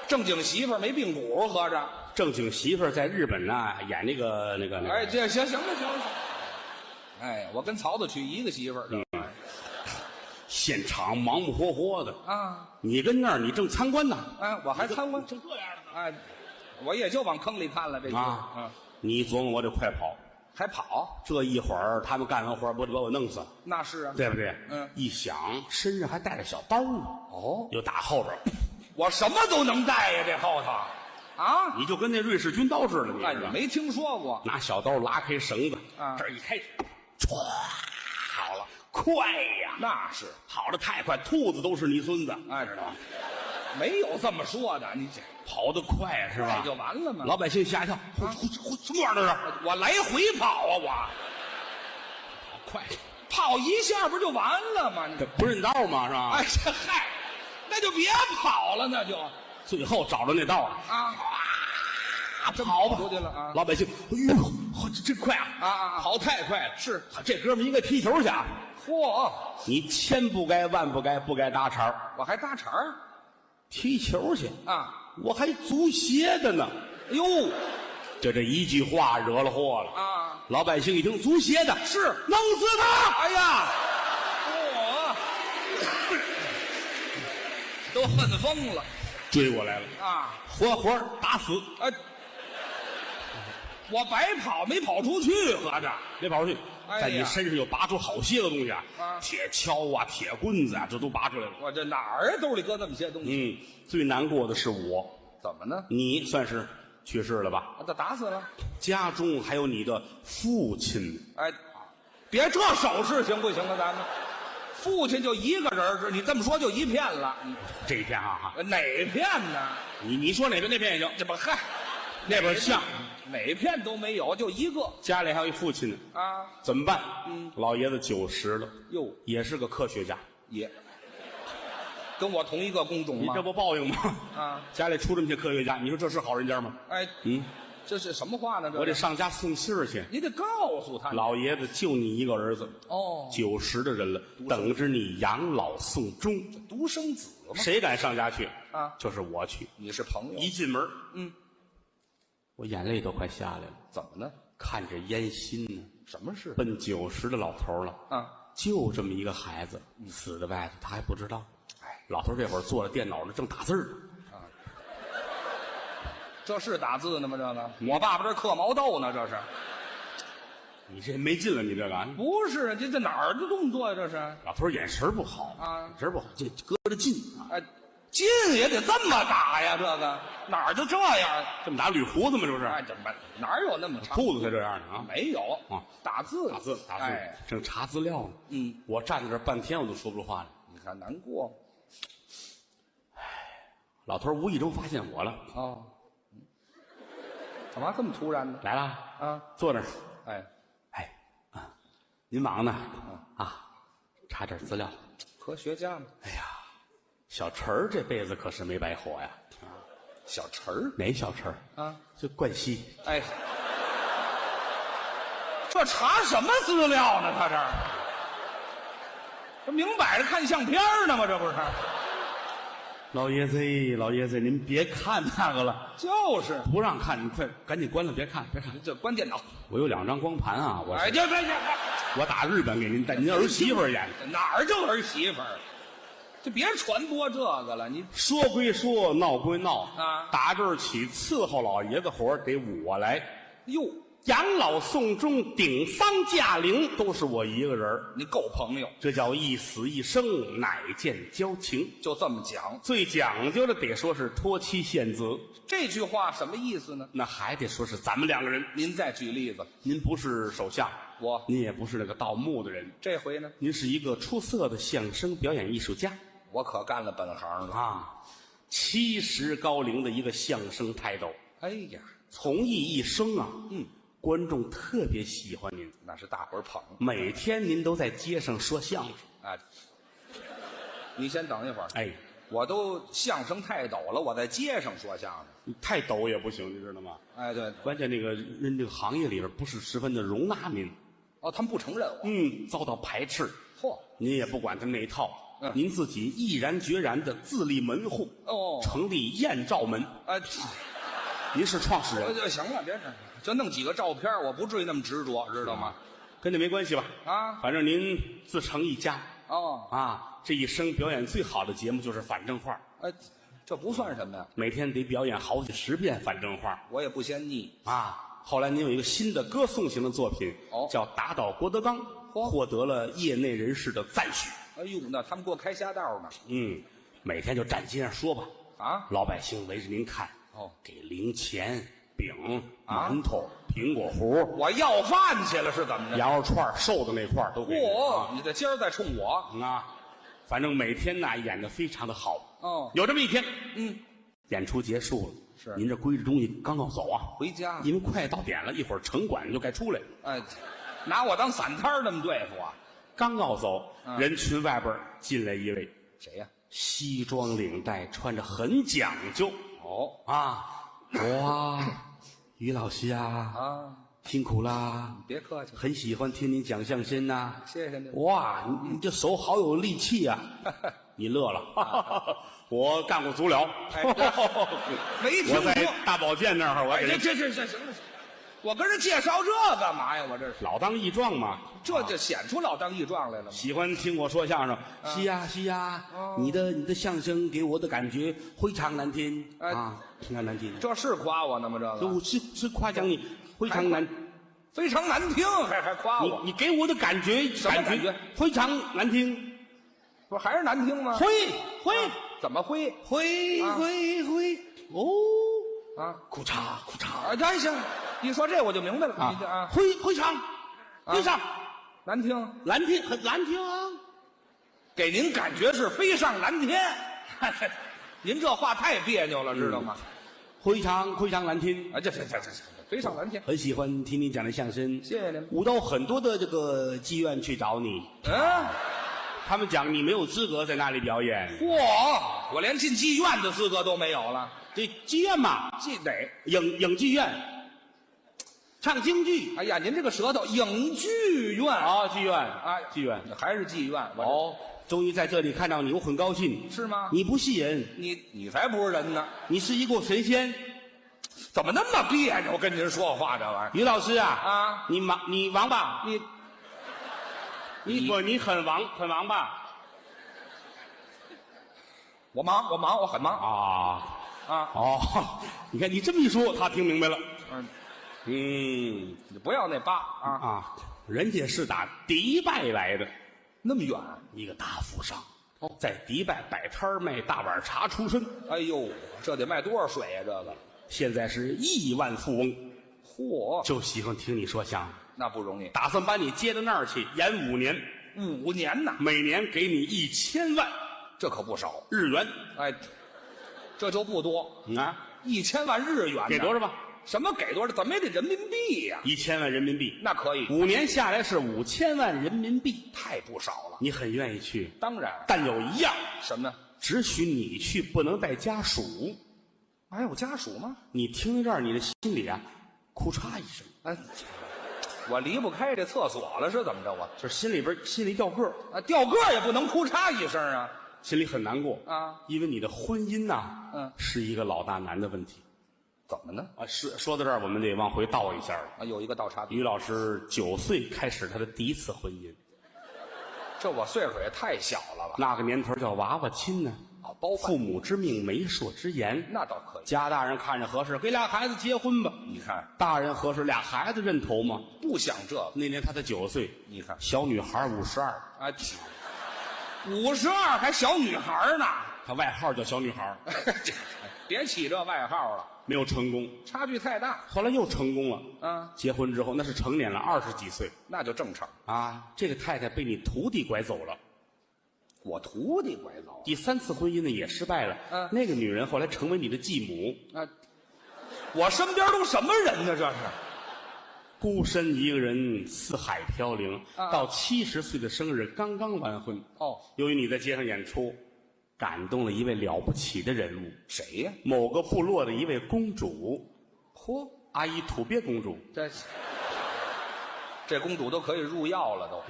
Speaker 2: 正经媳妇儿没病骨，合着。
Speaker 1: 正经媳妇儿在日本呢，演那个那个那个，
Speaker 2: 哎，这行行了行了。行了哎，我跟曹操娶一个媳妇儿
Speaker 1: 嗯现场忙忙活活的。
Speaker 2: 啊！
Speaker 1: 你跟那儿你正参观呢，
Speaker 2: 哎，我还参观
Speaker 1: 成这样了
Speaker 2: 哎，我也就往坑里看了这
Speaker 1: 啊！
Speaker 2: 嗯，
Speaker 1: 你琢磨我得快跑，
Speaker 2: 还跑？
Speaker 1: 这一会儿他们干完活儿不得把我弄死，
Speaker 2: 那是啊。
Speaker 1: 对不对？
Speaker 2: 嗯
Speaker 1: 一想身上还带着小刀呢，
Speaker 2: 哦，
Speaker 1: 又打后边儿，
Speaker 2: 我什么都能带呀，这后头，啊，
Speaker 1: 你就跟那瑞士军刀似的，你
Speaker 2: 那
Speaker 1: 知
Speaker 2: 你
Speaker 1: 道吗
Speaker 2: 没听说过？
Speaker 1: 拿小刀拉开绳子，
Speaker 2: 啊
Speaker 1: 这儿一开，歘，好了，快呀！
Speaker 2: 那是，
Speaker 1: 跑得太快，兔子都是你孙子，
Speaker 2: 哎，知道吗，没有这么说的，你这
Speaker 1: 跑得快是吧
Speaker 2: 这？就完了吗？
Speaker 1: 老百姓吓一跳，呼呼呼，什么玩意儿这啊是？
Speaker 2: 啊我来回跑啊，我
Speaker 1: 快，
Speaker 2: 跑一下不就完了吗？你
Speaker 1: 这不认道嘛是吧？
Speaker 2: 哎，这嗨，那就别跑了，那就
Speaker 1: 最后找着那道了，
Speaker 2: 啊，
Speaker 1: 啊，跑吧
Speaker 2: 出去了啊
Speaker 1: 老百姓，哎呦，呵这真快啊！
Speaker 2: 啊啊啊
Speaker 1: 跑太快了。
Speaker 2: 是
Speaker 1: 啊这哥们儿应该踢球去啊！
Speaker 2: 嚯，
Speaker 1: 你千不该万不该，不该搭茬儿
Speaker 2: 我还搭茬儿
Speaker 1: 踢球去，
Speaker 2: 啊，
Speaker 1: 我还足协的呢。
Speaker 2: 哎呦
Speaker 1: 就这一句话惹了祸了！
Speaker 2: 啊，
Speaker 1: 老百姓一听足协的，
Speaker 2: 是
Speaker 1: 弄死他！
Speaker 2: 哎呀，嚯，都恨疯了
Speaker 1: 追过来了，
Speaker 2: 啊！
Speaker 1: 活活打死，
Speaker 2: 哎，我白跑没跑出去，合着
Speaker 1: 没跑出去。
Speaker 2: 哎呀
Speaker 1: 在你身上又拔出好些个东西啊，
Speaker 2: 啊
Speaker 1: 铁锹啊、铁棍子啊，这都拔出来了。
Speaker 2: 我这哪儿啊？兜里搁那么些东西，
Speaker 1: 嗯，最难过的是我，
Speaker 2: 怎么呢？
Speaker 1: 你算是去世了吧？
Speaker 2: 我都啊打死了！
Speaker 1: 家中还有你的父亲，
Speaker 2: 哎，别这手势行不行啊？咱们父亲就一个人儿，这你这么说就一片了，
Speaker 1: 这一片啊哈，
Speaker 2: 你哪片呢？
Speaker 1: 你你说哪边那边也行，
Speaker 2: 这不嗨，
Speaker 1: 那边像，
Speaker 2: 哪片都没有，就一个
Speaker 1: 家里还有一父亲呢，
Speaker 2: 啊！
Speaker 1: 怎么办？嗯，老爷子九十了，
Speaker 2: 哟，
Speaker 1: 也是个科学家，
Speaker 2: 也跟我同一个工种
Speaker 1: 你
Speaker 2: 吗
Speaker 1: 这？不报应吗？
Speaker 2: 啊，
Speaker 1: 家里出这么些科学家，你说这是好人家吗？
Speaker 2: 哎，
Speaker 1: 嗯，
Speaker 2: 这是什么话呢？这
Speaker 1: 我得上家送信儿去。
Speaker 2: 你得告诉他
Speaker 1: 老爷子就你一个儿子，
Speaker 2: 哦，
Speaker 1: 九十的人了，等着你养老送终，
Speaker 2: 独生子嘛，
Speaker 1: 谁敢上家去？
Speaker 2: 啊
Speaker 1: 就是我去。
Speaker 2: 你是朋友，
Speaker 1: 一进门，
Speaker 2: 嗯，
Speaker 1: 我眼泪都快下来了，
Speaker 2: 怎么呢？
Speaker 1: 看着烟熏呢。
Speaker 2: 什么事
Speaker 1: 奔九十的老头了，
Speaker 2: 啊？
Speaker 1: 就这么一个孩子，
Speaker 2: 嗯
Speaker 1: 死在外头，他还不知道。
Speaker 2: 哎，
Speaker 1: 老头这会儿坐在电脑上正打字儿呢，
Speaker 2: 这是打字呢吗？这
Speaker 1: 嗯
Speaker 2: 个，我爸爸这刻毛豆呢，这是
Speaker 1: 你这没劲了，你这个啊。
Speaker 2: 不是？这这哪儿的动作呀？这是？
Speaker 1: 老头眼神不好
Speaker 2: 啊
Speaker 1: 眼神不好，这搁着近啊，
Speaker 2: 哎，进也得这么打呀？这个哪儿就这样？
Speaker 1: 这么打捋胡子吗？这不
Speaker 2: 哎，
Speaker 1: 是
Speaker 2: 怎么哪有那么长？
Speaker 1: 裤子才这样的啊。
Speaker 2: 没有
Speaker 1: 啊
Speaker 2: 打字
Speaker 1: 打字打字
Speaker 2: 哎，，
Speaker 1: 正查资料呢。
Speaker 2: 嗯，
Speaker 1: 我站在这儿半天，我都说不出话来。
Speaker 2: 你看难过
Speaker 1: 老头无意中发现我了，
Speaker 2: 哦，干嘛这么突然呢？
Speaker 1: 来了，
Speaker 2: 啊，
Speaker 1: 坐那儿。
Speaker 2: 哎，
Speaker 1: 哎，啊，您忙呢？啊，查点资料。
Speaker 2: 科学家嘛，
Speaker 1: 小陈儿这辈子可是没白活呀。
Speaker 2: 小陈儿
Speaker 1: 哪小陈儿？
Speaker 2: 啊，
Speaker 1: 就冠希。
Speaker 2: 哎， 这查什么资料呢？他这儿这明摆着看相片儿呢吗？这不是？
Speaker 1: 老爷子，老爷子，您别看那个了，
Speaker 2: 就是
Speaker 1: 不让看，你快赶紧关了，别看，别看。
Speaker 2: 这关电脑，
Speaker 1: 我有两张光盘啊，我
Speaker 2: 哎，这这这
Speaker 1: 我打日本给您带，您儿媳妇儿演的。
Speaker 2: 这哪儿就儿媳妇儿？就别传播这个了，你
Speaker 1: 说归说，闹归闹
Speaker 2: 啊
Speaker 1: 打这儿起伺候老爷子活儿得我来，
Speaker 2: 哟，
Speaker 1: 养老送终、顶丧驾灵都是我一个人儿
Speaker 2: 你够朋友，
Speaker 1: 这叫一死一生，乃见交情。
Speaker 2: 就这么讲
Speaker 1: 最讲究的得说是托妻献子，
Speaker 2: 这句话什么意思呢？
Speaker 1: 那还得说是咱们两个人。
Speaker 2: 您再举例子，
Speaker 1: 您不是首相，
Speaker 2: 我
Speaker 1: 您也不是那个盗墓的人，
Speaker 2: 这回呢，
Speaker 1: 您是一个出色的相声表演艺术家
Speaker 2: 我可干了本行了。
Speaker 1: 啊，七十高龄的一个相声泰斗，
Speaker 2: 哎呀，
Speaker 1: 从艺一生啊，嗯，观众特别喜欢您，
Speaker 2: 那是大伙儿捧
Speaker 1: 每天您都在街上说相声，
Speaker 2: 啊！你先等一会儿，
Speaker 1: 哎，
Speaker 2: 我都相声太抖了，我在街上说相声。
Speaker 1: 你太抖也不行，你知道吗？
Speaker 2: 哎，对，
Speaker 1: 关键那个人这个行业里边不是十分的容纳您，
Speaker 2: 哦，他们不承认我。
Speaker 1: 嗯，遭到排斥，
Speaker 2: 嚯、
Speaker 1: 您也不管他们那一套，
Speaker 2: 嗯
Speaker 1: 您自己毅然决然的自立门户，
Speaker 2: 哦
Speaker 1: 成立燕赵门，
Speaker 2: 哎，
Speaker 1: 您是创始
Speaker 2: 就
Speaker 1: 人，
Speaker 2: 就行了，别整，就弄几个照片，我不至于那么执着，知道吗？
Speaker 1: 跟这没关系吧？
Speaker 2: 啊
Speaker 1: 反正您自成一家
Speaker 2: 哦，
Speaker 1: 啊，这一生表演最好的节目就是反正话，
Speaker 2: 哎，这不算什么呀，
Speaker 1: 每天得表演好几十遍反正话
Speaker 2: 我也不嫌腻。
Speaker 1: 啊。后来您有一个新的歌颂型的作品，
Speaker 2: 哦
Speaker 1: 叫《打倒郭德纲》，
Speaker 2: 嚯
Speaker 1: 获得了业内人士的赞许。
Speaker 2: 哎呦，那他们给我开瞎道呢
Speaker 1: 嗯，每天就站街上说吧，
Speaker 2: 啊，
Speaker 1: 老百姓围着您看，
Speaker 2: 哦
Speaker 1: 给零钱、饼、
Speaker 2: 啊
Speaker 1: 馒头、苹果核、
Speaker 2: 我要饭去了是怎么着？
Speaker 1: 羊肉串儿、瘦的那块儿都给您
Speaker 2: 嚯、
Speaker 1: 啊
Speaker 2: 你这今儿再冲我，
Speaker 1: 啊！反正每天呐演的非常的好。
Speaker 2: 哦
Speaker 1: 有这么一天，
Speaker 2: 嗯，
Speaker 1: 演出结束了，
Speaker 2: 是
Speaker 1: 您这归置东西刚要走啊，
Speaker 2: 回家，
Speaker 1: 因为快到点了，一会儿城管就该出来了。
Speaker 2: 哎，拿我当散摊儿那么对付啊？
Speaker 1: 刚要走，
Speaker 2: 嗯
Speaker 1: 人群外边儿进来一位，
Speaker 2: 谁呀、
Speaker 1: 西装领带，穿着很讲究
Speaker 2: 哦
Speaker 1: 啊！哇，于老师啊，
Speaker 2: 啊，
Speaker 1: 辛苦啦！
Speaker 2: 别客气，
Speaker 1: 很喜欢听您讲相声呐、
Speaker 2: 谢谢您。
Speaker 1: 哇，你你这手好有力气 啊！你乐了， 我干过足疗，
Speaker 2: 哎没 听
Speaker 1: 我在
Speaker 2: 过。
Speaker 1: 大保健那儿，我给
Speaker 2: 这
Speaker 1: 人
Speaker 2: 这这这行了，我跟人介绍这干嘛呀？我这是，
Speaker 1: 老当益壮嘛。
Speaker 2: 这就显出老当益壮来了吗？
Speaker 1: 喜欢听我说相声，
Speaker 2: 嗯
Speaker 1: 是呀是呀，
Speaker 2: 哦
Speaker 1: 你的你的相声给我的感觉非常难听
Speaker 2: 哎
Speaker 1: 啊，非常难听，
Speaker 2: 这是夸我呢吗？这个
Speaker 1: 我是是夸奖你非常难，
Speaker 2: 非常难听，还还夸
Speaker 1: 你
Speaker 2: 哎我，
Speaker 1: 你给我的感觉
Speaker 2: 什么感觉
Speaker 1: 非常难听，
Speaker 2: 不还是难听吗？
Speaker 1: 会会
Speaker 2: 怎么灰
Speaker 1: 会
Speaker 2: 啊
Speaker 1: 会会哦，
Speaker 2: 啊？
Speaker 1: 裤衩裤衩
Speaker 2: 啊，这行，一说这我就明白了。你这啊，
Speaker 1: 非非常非常
Speaker 2: 难听，
Speaker 1: 难听很难听啊，
Speaker 2: 给您感觉是飞上蓝天。 您这话太别扭了，知道吗？
Speaker 1: 非常非常难听。
Speaker 2: 啊，这这这这这飞上蓝天。
Speaker 1: 很喜欢听你讲的相声，
Speaker 2: 谢谢您
Speaker 1: 舞蹈很多的这个妓院去找你，
Speaker 2: 嗯、
Speaker 1: 他们讲你没有资格在那里表演。
Speaker 2: 嚯，我连进妓院的资格都没有了。
Speaker 1: 这妓院嘛，
Speaker 2: 妓得，
Speaker 1: 影影剧院，唱京剧
Speaker 2: 哎呀，您这个舌头，影剧院啊，
Speaker 1: 啊，剧院啊剧院。
Speaker 2: 还是妓院？我这，
Speaker 1: 哦，终于在这里看到你，我很高兴。
Speaker 2: 是啊吗
Speaker 1: 你不是人，
Speaker 2: 你你才不是人呢！
Speaker 1: 你是一个神仙。
Speaker 2: 怎么那么别扭？跟您说话这玩意
Speaker 1: 于老师啊
Speaker 2: 啊，
Speaker 1: 你忙你王八，
Speaker 2: 儿，你
Speaker 1: 你不你很王很王八
Speaker 2: 我忙，我忙，我很忙
Speaker 1: 啊。
Speaker 2: 啊！
Speaker 1: 哦， 你看你这么一说，他听明白了。
Speaker 2: 嗯，
Speaker 1: 嗯
Speaker 2: 你不要那疤啊，
Speaker 1: 啊，人家是打迪拜来的，
Speaker 2: 那么远。
Speaker 1: 一个大富商，在迪拜摆摊儿卖大碗茶出身，
Speaker 2: 哎呦，这得卖多少水呀、这个，
Speaker 1: 现在是亿万富翁，
Speaker 2: 嚯，
Speaker 1: 就喜欢听你说相声，
Speaker 2: 那不容易，
Speaker 1: 打算把你接到那儿去演五年，
Speaker 2: 五年呐，
Speaker 1: 每年给你一千万
Speaker 2: 这可不少。
Speaker 1: 日元
Speaker 2: 哎，这就不多，
Speaker 1: 嗯啊，
Speaker 2: 一千万日元呢
Speaker 1: 给多少？吧？
Speaker 2: 什么给多少？怎么也得人民币呀、
Speaker 1: 一千万人民币，
Speaker 2: 那可以，
Speaker 1: 五年下来是五千万人民币，
Speaker 2: 太不少了。
Speaker 1: 你很愿意去，
Speaker 2: 当然，
Speaker 1: 但有一样，
Speaker 2: 什么呢？
Speaker 1: 只许你去，不能带家属。
Speaker 2: 还
Speaker 1: 哎
Speaker 2: 有家属吗？
Speaker 1: 你听到这儿，你的心里啊，哭嚓一声，
Speaker 2: 哎，我离不开这厕所了，是怎么着？我
Speaker 1: 就是心里边心里掉个儿，
Speaker 2: 啊，掉个儿也不能哭嚓一声啊！
Speaker 1: 心里很难过
Speaker 2: 啊，
Speaker 1: 因为你的婚姻呐、
Speaker 2: 嗯
Speaker 1: 是一个老大难的问题
Speaker 2: 怎么呢？
Speaker 1: 啊。是说到这儿，我们得往回倒一下了。
Speaker 2: 啊，有一个倒插笔，
Speaker 1: 于老师九岁开始他的第一次婚姻，
Speaker 2: 这我岁数也太小了吧？
Speaker 1: 那个年头叫娃娃亲呢、
Speaker 2: 啊，包
Speaker 1: 父母之命，媒妁之言。
Speaker 2: 那倒可以。
Speaker 1: 家大人看着合适，给俩孩子结婚吧。
Speaker 2: 你看，
Speaker 1: 大人合适，俩孩子认头吗？
Speaker 2: 不想这个，
Speaker 1: 那年他才九岁，
Speaker 2: 你看
Speaker 1: 小女孩五十二，
Speaker 2: 啊，五十二还小女孩呢，
Speaker 1: 她外号叫小女孩，
Speaker 2: 别起这外号了，
Speaker 1: 没有成功。
Speaker 2: 差距太大。
Speaker 1: 后来又成功了，
Speaker 2: 啊，
Speaker 1: 结婚之后那是成年了，二十几岁
Speaker 2: 那就正常。
Speaker 1: 啊。这个太太被你徒弟拐走了，
Speaker 2: 我徒弟拐走
Speaker 1: 第三次婚姻呢也失败了。
Speaker 2: 嗯
Speaker 1: 那个女人后来成为你的继母，
Speaker 2: 啊，我身边都什么人呢？这是
Speaker 1: 孤身一个人四海飘零，
Speaker 2: 啊
Speaker 1: 到七十岁的生日刚刚完婚。
Speaker 2: 哦，
Speaker 1: 由于你在街上演出，感动了一位了不起的人物，
Speaker 2: 谁呀、
Speaker 1: 某个部落的一位公主，
Speaker 2: 嚯，
Speaker 1: 阿依土鳖公主。
Speaker 2: 这 这公主都可以入药了都。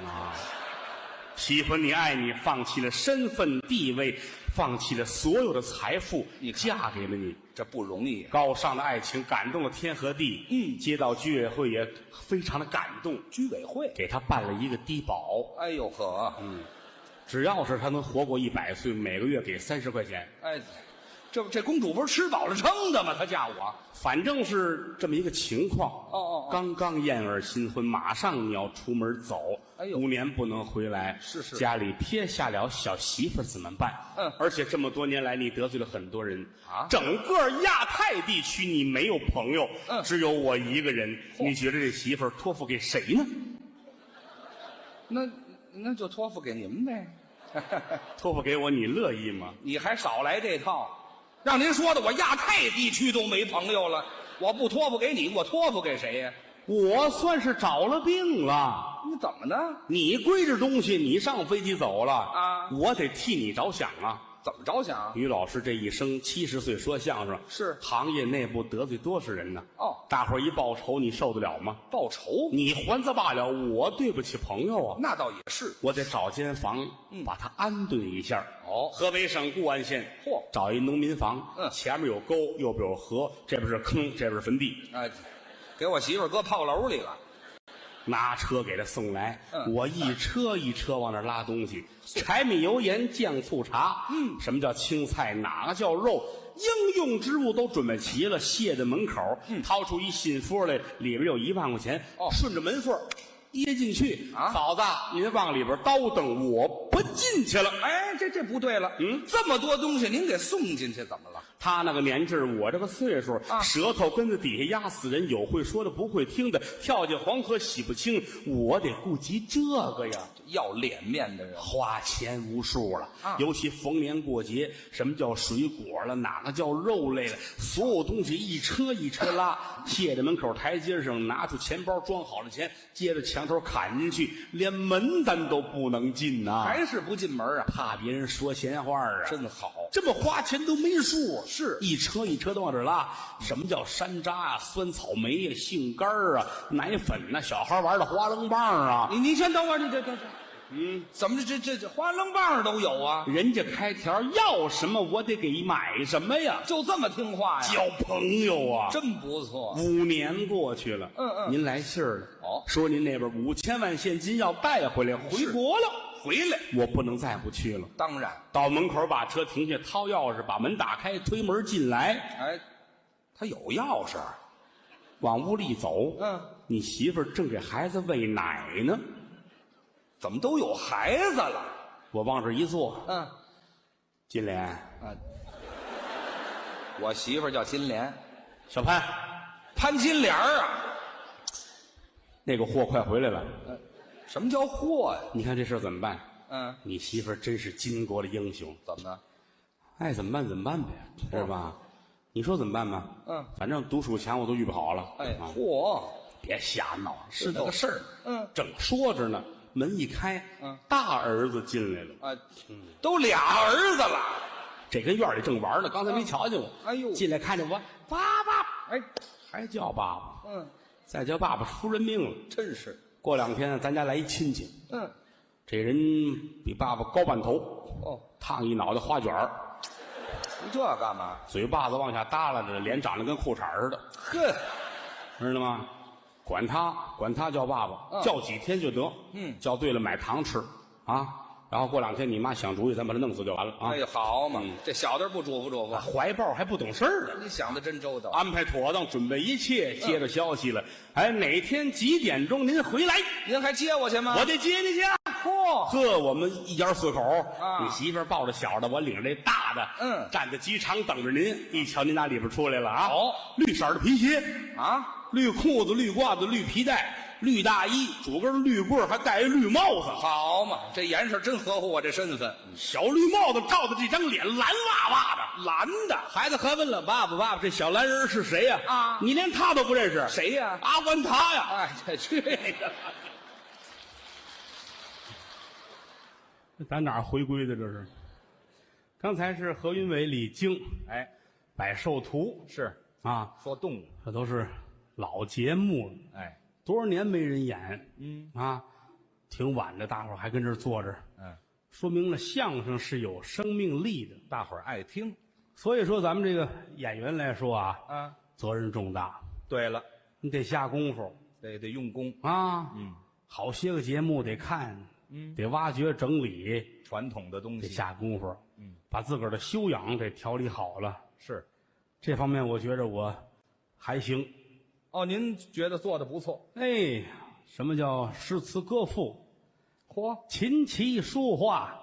Speaker 1: 喜欢你、爱你，放弃了身份地位，放弃了所有的财富
Speaker 2: 你，看
Speaker 1: 嫁给了你。
Speaker 2: 这不容易啊，
Speaker 1: 高尚的爱情感动了天和地，
Speaker 2: 嗯
Speaker 1: 街道居委会也非常的感动，
Speaker 2: 居委会。
Speaker 1: 给他办了一个低保，
Speaker 2: 哎呦呵，
Speaker 1: 只要是他能活过一百岁，每个月给三十块钱，
Speaker 2: 哎，这这公主不是吃饱了撑的吗？她嫁我，
Speaker 1: 反正是这么一个情况。
Speaker 2: 哦哦哦
Speaker 1: 刚刚燕儿新婚，马上你要出门走，
Speaker 2: 哎呦
Speaker 1: 五年不能回来，
Speaker 2: 是是
Speaker 1: 家里撇下了小媳妇儿怎么办？
Speaker 2: 嗯
Speaker 1: 而且这么多年来，你得罪了很多人
Speaker 2: 啊
Speaker 1: 整个亚太地区你没有朋友，
Speaker 2: 嗯
Speaker 1: 只有我一个人。
Speaker 2: 嚯
Speaker 1: 你觉得这媳妇儿托付给谁呢？
Speaker 2: 那那就托付给您呗。
Speaker 1: 托付给我，你乐意吗？
Speaker 2: 你还少来这套，让您说的我亚太地区都没朋友了，我不托付给你，我托付给谁呀、
Speaker 1: 我算是找了病了。
Speaker 2: 你怎么呢？
Speaker 1: 你归置东西，你上飞机走了
Speaker 2: 啊
Speaker 1: 我得替你着想啊。
Speaker 2: 怎么着想？
Speaker 1: 于老师这一生七十岁说相声，
Speaker 2: 是
Speaker 1: 行业内部得罪多少人呢？
Speaker 2: 哦
Speaker 1: 大伙儿一报仇，你受得了吗？
Speaker 2: 报仇？
Speaker 1: 你还则罢了，我对不起朋友啊，
Speaker 2: 那倒也是。
Speaker 1: 我得找间房，把它安顿一下。
Speaker 2: 嗯哦
Speaker 1: 河北省固安县，
Speaker 2: 嚯
Speaker 1: 找一农民房，
Speaker 2: 嗯
Speaker 1: 前面有沟，右边有河，这边是坑，这边是坟地，
Speaker 2: 哎，给我媳妇儿搁炮楼里了。
Speaker 1: 拿车给他送来，
Speaker 2: 嗯
Speaker 1: 我一车一车往那儿拉东西，柴米油盐酱醋茶，嗯，什么叫青菜，哪个叫肉，应用之物都准备齐了，卸在门口，掏出一信封来，里边有一万块钱，
Speaker 2: 嗯哦
Speaker 1: 顺着门缝儿掖进去，
Speaker 2: 啊
Speaker 1: 嫂子，您往里边叨等，我不进去了。
Speaker 2: 哎，这这不对了。
Speaker 1: 嗯，
Speaker 2: 这么多东西您给送进去，怎么了？
Speaker 1: 他那个年纪儿，我这个岁数，
Speaker 2: 啊
Speaker 1: 舌头根子底下压死人，有会说的，不会听的，跳进黄河洗不清，我得顾及这个呀。
Speaker 2: 要脸面的人。
Speaker 1: 花钱无数了，
Speaker 2: 啊
Speaker 1: 尤其逢年过节，什么叫水果了，哪个叫肉类了，所有东西一车一车拉， 卸在门口台阶上，拿出钱包装好了钱，接着墙头砍进去，连门咱都不能进呐、
Speaker 2: 还是不进门啊？
Speaker 1: 怕别人说闲话啊。
Speaker 2: 真好，
Speaker 1: 这么花钱都没数，
Speaker 2: 是
Speaker 1: 一车一车的往这儿拉。什么叫山楂啊、酸草莓呀、杏干儿啊、奶粉呐、小孩玩的花楞棒啊，
Speaker 2: 你您先等会儿，这这这这，嗯，怎么这这这花楞棒都有啊？
Speaker 1: 人家开条要什么我得给买什么呀，
Speaker 2: 就这么听话呀？
Speaker 1: 交朋友啊！
Speaker 2: 真不错，
Speaker 1: 五年过去了，
Speaker 2: 嗯嗯
Speaker 1: 您来信儿了，
Speaker 2: 哦
Speaker 1: 说您那边五千万现金要带回来，回国了，
Speaker 2: 回来
Speaker 1: 我不能再不去了。
Speaker 2: 当然，
Speaker 1: 到门口把车停下，掏钥匙，把门打开，推门进来，
Speaker 2: 哎，他有钥匙，
Speaker 1: 往屋里走。
Speaker 2: 嗯，
Speaker 1: 你媳妇儿正给孩子喂奶呢，
Speaker 2: 怎么都有孩子了？
Speaker 1: 我往这一坐，
Speaker 2: 嗯
Speaker 1: 金莲、
Speaker 2: 啊，我媳妇儿叫金莲，
Speaker 1: 小潘，
Speaker 2: 潘金莲儿啊，
Speaker 1: 那个货快回来了，
Speaker 2: 什么叫货呀、
Speaker 1: 你看这事儿怎么办？
Speaker 2: 嗯，
Speaker 1: 你媳妇儿真是巾帼的英雄。
Speaker 2: 怎么的？
Speaker 1: 爱怎么办怎么办呗，是吧？你说怎么办吧？
Speaker 2: 哦嗯，
Speaker 1: 反正独属墙我都预备好了。
Speaker 2: 哎，
Speaker 1: 啊
Speaker 2: 嚯，
Speaker 1: 别瞎闹，是那
Speaker 2: 那个
Speaker 1: 个
Speaker 2: 事
Speaker 1: 事
Speaker 2: 儿
Speaker 1: 儿。
Speaker 2: 嗯
Speaker 1: 正说着呢，门一开，
Speaker 2: 嗯，
Speaker 1: 大儿子进来了，
Speaker 2: 啊，都俩儿子了，
Speaker 1: 这跟院里正玩呢，刚才没瞧见我。
Speaker 2: 哎呦
Speaker 1: 进来看见我，爸爸，
Speaker 2: 哎，
Speaker 1: 还叫爸爸，
Speaker 2: 嗯，
Speaker 1: 再叫爸爸出人命了。
Speaker 2: 真是，
Speaker 1: 过两天咱家来一亲戚，
Speaker 2: 嗯，
Speaker 1: 这人比爸爸高半头，
Speaker 2: 哦，
Speaker 1: 烫一脑袋花卷儿，
Speaker 2: 你这干嘛？
Speaker 1: 嘴巴子往下耷拉着，脸长得跟裤衩儿似的。
Speaker 2: 呵，
Speaker 1: 知道吗？管他，管他叫爸爸，叫几天就得。
Speaker 2: 嗯
Speaker 1: 叫对了买糖吃啊。然后过两天你妈想主意，咱把他弄死就完了啊。
Speaker 2: 哎呀，好嘛，
Speaker 1: 嗯
Speaker 2: 这小的不嘱咐嘱咐，
Speaker 1: 怀抱还不懂事儿呢，
Speaker 2: 你想的真周到。
Speaker 1: 安排妥当，准备一切，接着消息了。哎，哪天几点钟您回来，
Speaker 2: 您还接我去吗？
Speaker 1: 我得接您去。啊
Speaker 2: 嚯，
Speaker 1: 呵，我们一家四口，
Speaker 2: 啊
Speaker 1: 你媳妇儿抱着小的，我领着这大的，
Speaker 2: 嗯
Speaker 1: 站在机场等着您。一瞧您打里边出来了啊，
Speaker 2: 好，
Speaker 1: 绿色的皮鞋，
Speaker 2: 啊，
Speaker 1: 绿裤子、绿褂子、绿皮带、绿大衣，拄根绿棍儿还戴一绿帽子。
Speaker 2: 好嘛，这严实真合乎我这身份。
Speaker 1: 小绿帽子罩的这张脸蓝哇哇的，蓝的。孩子还问了：“爸爸，爸爸，这小蓝人是谁呀、
Speaker 2: 啊
Speaker 1: 你连他都不认识？
Speaker 2: 谁呀、
Speaker 1: 阿凡达呀！
Speaker 2: 哎，这去呀！
Speaker 1: 咱哪儿回归的这是？刚才是何云伟、李菁，
Speaker 2: 哎，
Speaker 1: 百寿图
Speaker 2: 是
Speaker 1: 啊，
Speaker 2: 说动物，
Speaker 1: 这都是老节目了，
Speaker 2: 哎，
Speaker 1: 多少年没人演，
Speaker 2: 嗯
Speaker 1: 啊，挺晚的，大伙儿还跟这儿坐着，
Speaker 2: 嗯，
Speaker 1: 说明了相声是有生命力的。
Speaker 2: 大伙儿爱听
Speaker 1: 所以说，咱们这个演员来说啊，
Speaker 2: 啊。
Speaker 1: 责任重大，
Speaker 2: 对了，
Speaker 1: 你得下功夫
Speaker 2: 得得用功，
Speaker 1: 啊。
Speaker 2: 嗯，
Speaker 1: 好些个节目得看，
Speaker 2: 嗯，
Speaker 1: 得挖掘整理，
Speaker 2: 传统的东
Speaker 1: 得下功夫，
Speaker 2: 嗯，
Speaker 1: 把自个儿的修养得调理好了，
Speaker 2: 是。
Speaker 1: 这方面我觉着我还行。
Speaker 2: 哦，您觉得做的不错，
Speaker 1: 哎，什么叫诗词歌赋、
Speaker 2: 嚯，
Speaker 1: 琴棋书画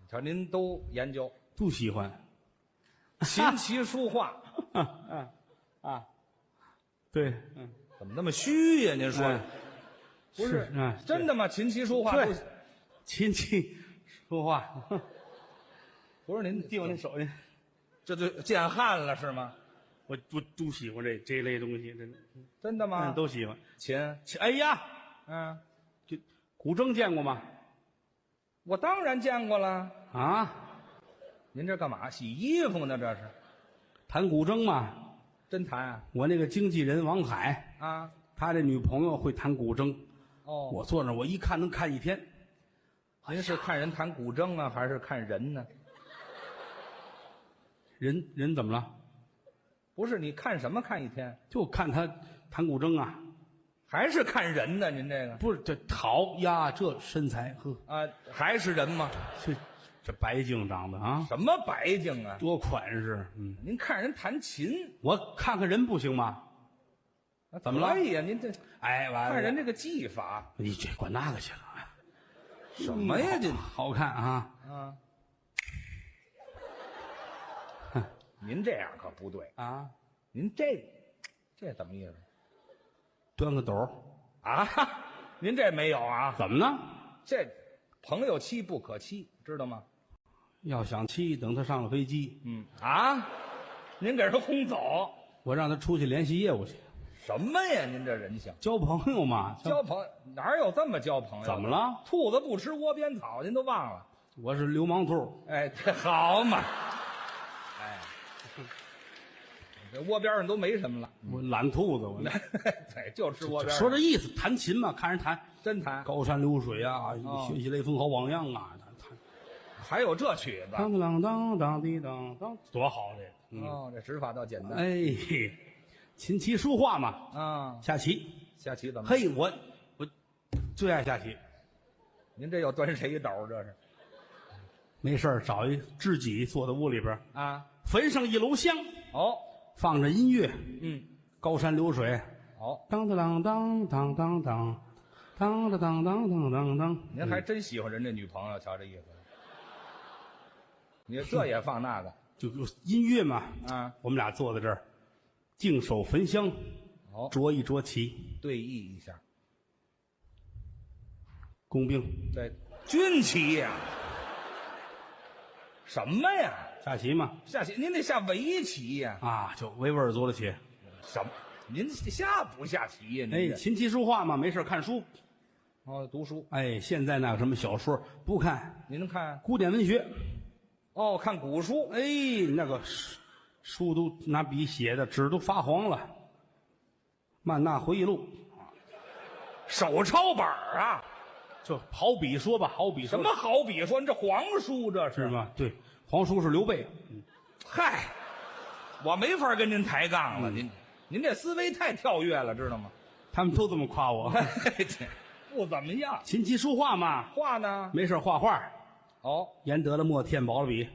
Speaker 2: 你瞧您都研究，
Speaker 1: 都喜欢。
Speaker 2: 琴棋书画，
Speaker 1: 对，嗯，
Speaker 2: 怎么那么虚呀？您说
Speaker 1: 哎
Speaker 2: 的不是
Speaker 1: 嗯，
Speaker 2: 真的吗？琴棋书画
Speaker 1: 对
Speaker 2: 都
Speaker 1: 琴棋书 画。
Speaker 2: 不是您
Speaker 1: 递我那手去，
Speaker 2: 这就见汉了是吗？
Speaker 1: 我我都喜欢这这类东西，真的，
Speaker 2: 真的吗？
Speaker 1: 嗯，都喜欢。
Speaker 2: 琴，
Speaker 1: 琴哎呀，
Speaker 2: 嗯，
Speaker 1: 这古筝见过吗？
Speaker 2: 我当然见过了。
Speaker 1: 啊，
Speaker 2: 您这干嘛？洗衣服呢？这是
Speaker 1: 弹古筝嘛。
Speaker 2: 真弹啊？
Speaker 1: 我那个经纪人王海，
Speaker 2: 啊，
Speaker 1: 他这女朋友会弹古筝，
Speaker 2: 哦，
Speaker 1: 我坐那儿我一看能看一天。
Speaker 2: 您是看人弹古筝啊，还是看人呢？
Speaker 1: 人人怎么了？
Speaker 2: 不是，你看什么看一天？
Speaker 1: 就看他弹古筝啊，
Speaker 2: 还是看人呢？您这个
Speaker 1: 不是这好呀，这身材呵，
Speaker 2: 啊，还是人吗？
Speaker 1: 这这白净长得啊，
Speaker 2: 什么白净啊？
Speaker 1: 多款式。嗯，
Speaker 2: 您看人弹琴，
Speaker 1: 我看看人不行吗？
Speaker 2: 啊
Speaker 1: 怎么了
Speaker 2: 可以呀、您这
Speaker 1: 哎，完了，
Speaker 2: 看人这个技法
Speaker 1: 你这管那个去了啊。
Speaker 2: 什么呀？这
Speaker 1: 好看啊
Speaker 2: 啊， 您这样可不对，
Speaker 1: 啊！
Speaker 2: 您这这怎么意思
Speaker 1: 端个斗儿
Speaker 2: 啊？您这没有啊？
Speaker 1: 怎么呢？
Speaker 2: 这朋友妻不可欺，知道吗？
Speaker 1: 要想妻，等他上了飞机，
Speaker 2: 嗯啊，您给人轰走
Speaker 1: 我让他出去联系业务去，
Speaker 2: 什么呀？您这人性，
Speaker 1: 交朋友嘛。
Speaker 2: 交朋友哪有这么交朋友？
Speaker 1: 怎么？了？
Speaker 2: 兔子不吃窝边草，您都忘了？
Speaker 1: 我是流氓兔，
Speaker 2: 哎，这好嘛，哎，这窝边上都没什么了，
Speaker 1: 我懒兔子，我
Speaker 2: 嗯对，就吃窝边上。
Speaker 1: 说这意思，弹琴嘛，看人弹，
Speaker 2: 真弹，
Speaker 1: 高山流水啊，
Speaker 2: 哦
Speaker 1: 学习雷锋好榜样啊，弹
Speaker 2: 还有这曲子
Speaker 1: 当当当当滴当当，多好这，嗯，
Speaker 2: 哦，这指法倒简单
Speaker 1: 哎，嘿琴棋书画嘛，
Speaker 2: 啊。
Speaker 1: 下棋，
Speaker 2: 下棋怎么？，
Speaker 1: 嘿，我我最爱下棋，
Speaker 2: 您这又端谁一斗儿？这是
Speaker 1: 没事儿找一知己坐在屋里边儿，
Speaker 2: 啊？
Speaker 1: 焚上一炉香，
Speaker 2: 哦，
Speaker 1: 放着音乐，
Speaker 2: 嗯，哦
Speaker 1: 高山流水，
Speaker 2: 好，
Speaker 1: 当当当当当当当，当当当当当当当。
Speaker 2: 您还真喜欢人这女朋友，瞧这意思。你这也放那个
Speaker 1: 就有音乐嘛？
Speaker 2: 啊？
Speaker 1: 我们俩坐在这儿，净手焚香，
Speaker 2: 好，
Speaker 1: 酌一酌棋，
Speaker 2: 哦对弈一下，
Speaker 1: 工兵
Speaker 2: 对，军棋呀、什么呀？
Speaker 1: 下棋嘛？
Speaker 2: 下棋，您得下围棋呀、
Speaker 1: 啊，就维吾尔族的棋。
Speaker 2: 什么？您下不下棋呀、
Speaker 1: 哎
Speaker 2: 您，这
Speaker 1: 琴棋书画嘛，没事儿看书。
Speaker 2: 哦，读书，
Speaker 1: 哎，现在那个什么小说不看，
Speaker 2: 您看
Speaker 1: 古典文学，
Speaker 2: 哦，看古书，
Speaker 1: 哎，那个书书都拿笔写的，纸都发黄了，《曼娜回忆录》。
Speaker 2: 手抄本儿啊，
Speaker 1: 就好比说吧，好比
Speaker 2: 什
Speaker 1: 说
Speaker 2: 么好比说，你这皇书这
Speaker 1: 是
Speaker 2: 是？
Speaker 1: 吗？对，皇叔是刘备，
Speaker 2: 嗨，我没法跟您抬杠
Speaker 1: 嗯
Speaker 2: 了，您您这思维太跳跃了，知 道吗？
Speaker 1: 他们都这么夸 我。
Speaker 2: 这不怎么样。
Speaker 1: 琴棋书画嘛，
Speaker 2: 画呢？
Speaker 1: 没事儿画画，
Speaker 2: 哦，
Speaker 1: 研得了墨，添薄了笔，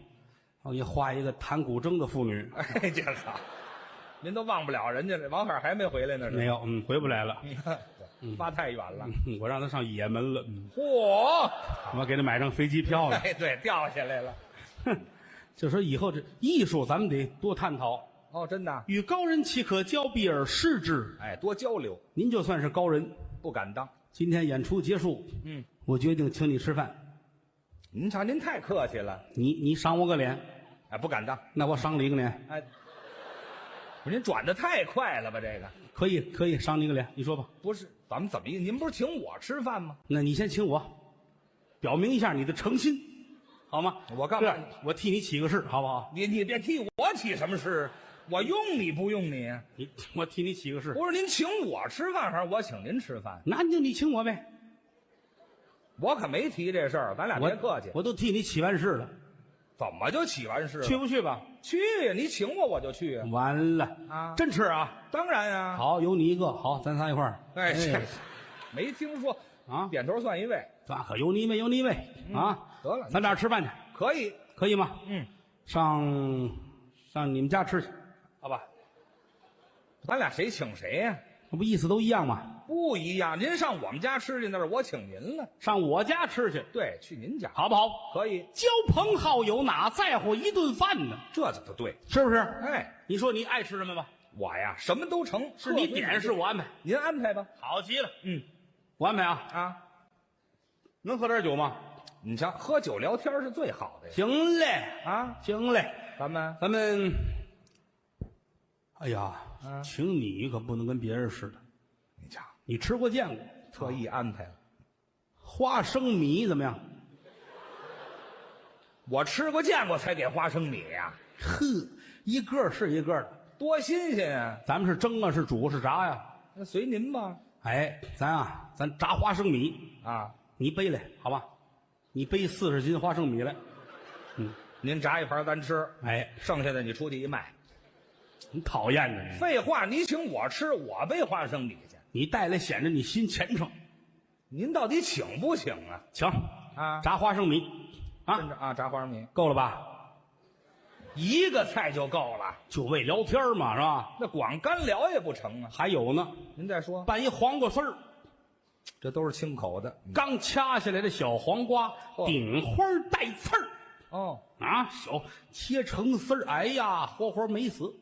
Speaker 1: 我给你画一个弹古筝的妇女。
Speaker 2: 哎，这好，您都忘不了人家这王海还没回来呢，
Speaker 1: 没有，嗯，回不来了，
Speaker 2: 是吧？太远了。
Speaker 1: 嗯我让他上也门了，嗯
Speaker 2: 嚯，
Speaker 1: 我给他买张飞机票 了。
Speaker 2: 哎，对，掉下来了。
Speaker 1: 就说以后这艺术，咱们得多探讨。
Speaker 2: 哦，真的。
Speaker 1: 与高人岂可交臂而视之？
Speaker 2: 哎，多交流，
Speaker 1: 您就算是高人。
Speaker 2: 不敢当。
Speaker 1: 今天演出结束，
Speaker 2: 嗯，
Speaker 1: 我决定请你吃饭，
Speaker 2: 您瞧，您太客气了，
Speaker 1: 你你赏我个脸，
Speaker 2: 哎，不敢当。
Speaker 1: 那我赏你一个脸，
Speaker 2: 哎，不是您转的太快了吧？这个
Speaker 1: 可以可以赏你一个脸，你说吧。
Speaker 2: 不是，咱们怎么一？您不是请我吃饭吗？
Speaker 1: 那你先请我，表明一下你的诚心，好吗？
Speaker 2: 我干嘛
Speaker 1: 这样我替你起个誓，好不好？
Speaker 2: 你你别替我起什么誓，我用你不用你？
Speaker 1: 你我替你起个誓，
Speaker 2: 不是您请我吃饭还是我请您吃饭？
Speaker 1: 那你就你请我呗，
Speaker 2: 我可没提这事儿，咱俩
Speaker 1: 我
Speaker 2: 别客气。啊
Speaker 1: 我都替你起完誓了，
Speaker 2: 怎么就起完誓了？
Speaker 1: 去不去吧？
Speaker 2: 去呀！你请我我就去呀！
Speaker 1: 完了
Speaker 2: 啊
Speaker 1: 真吃啊！
Speaker 2: 当然呀。，
Speaker 1: 嗯好，有你一个，好，咱仨一块儿。
Speaker 2: 哎，这 没听说，
Speaker 1: 啊，
Speaker 2: 点头算一位，
Speaker 1: 那可有你一位，有你一位啊！
Speaker 2: 嗯得了
Speaker 1: 咱俩吃饭去，
Speaker 2: 可以。
Speaker 1: 可以吗？
Speaker 2: 嗯，
Speaker 1: 上上你们家吃去，好吧？
Speaker 2: 咱俩谁请谁呀、
Speaker 1: 那不意思都一样吗？
Speaker 2: 不一样，您上我们家吃去，那是我请您了。
Speaker 1: 上我家吃去，
Speaker 2: 对，去您家
Speaker 1: 好不好？
Speaker 2: 可以，
Speaker 1: 交朋好友哪在乎一顿饭呢？
Speaker 2: 这怎么对？
Speaker 1: 是不是？
Speaker 2: 哎，
Speaker 1: 你说你爱吃什么吧？
Speaker 2: 我呀，什么都成，
Speaker 1: 是你
Speaker 2: 各归
Speaker 1: 点，
Speaker 2: 您
Speaker 1: 是我安排，
Speaker 2: 您安排吧。
Speaker 1: 好极了。
Speaker 2: 嗯
Speaker 1: 我安排啊，
Speaker 2: 啊，
Speaker 1: 能喝点酒吗？
Speaker 2: 你瞧，喝酒聊天是最好的呀。
Speaker 1: 行嘞，
Speaker 2: 啊，
Speaker 1: 行嘞，
Speaker 2: 咱们
Speaker 1: 咱们，哎呀，
Speaker 2: 嗯
Speaker 1: 请你可不能跟别人似的，
Speaker 2: 你瞧，
Speaker 1: 你吃过见过，
Speaker 2: 特意安排了。
Speaker 1: 花生米怎么样？
Speaker 2: 我吃过见过才给花生米呀、
Speaker 1: 呵，一个是一个的，
Speaker 2: 多新鲜啊！
Speaker 1: 咱们是蒸啊，是煮，是炸呀、
Speaker 2: 那随您吧。
Speaker 1: 哎，咱啊，咱炸花生米，
Speaker 2: 啊，
Speaker 1: 你背来好吧？你背四十斤花生米来。
Speaker 2: 您炸一盘咱吃，
Speaker 1: 哎，
Speaker 2: 剩下的你出去一卖。
Speaker 1: 很讨厌的你，
Speaker 2: 废话，你请我吃，我背花生米去。
Speaker 1: 你带来显得你心虔诚。
Speaker 2: 您到底请不请啊？
Speaker 1: 行，
Speaker 2: 啊，
Speaker 1: 炸花生米，
Speaker 2: 跟
Speaker 1: 啊，
Speaker 2: 着啊，炸花生米，
Speaker 1: 够了吧？
Speaker 2: 一个菜就够了。
Speaker 1: 就为聊天嘛，是吧？
Speaker 2: 那光干聊也不成啊！
Speaker 1: 还有呢，
Speaker 2: 您再说，
Speaker 1: 拌一黄瓜丝
Speaker 2: 嗯
Speaker 1: 儿，
Speaker 2: 这都是清口的
Speaker 1: 刚掐下来的小黄瓜，
Speaker 2: 嚯
Speaker 1: 顶花带刺儿
Speaker 2: 哦。
Speaker 1: 啊，小切成丝儿，哎呀，活活没死。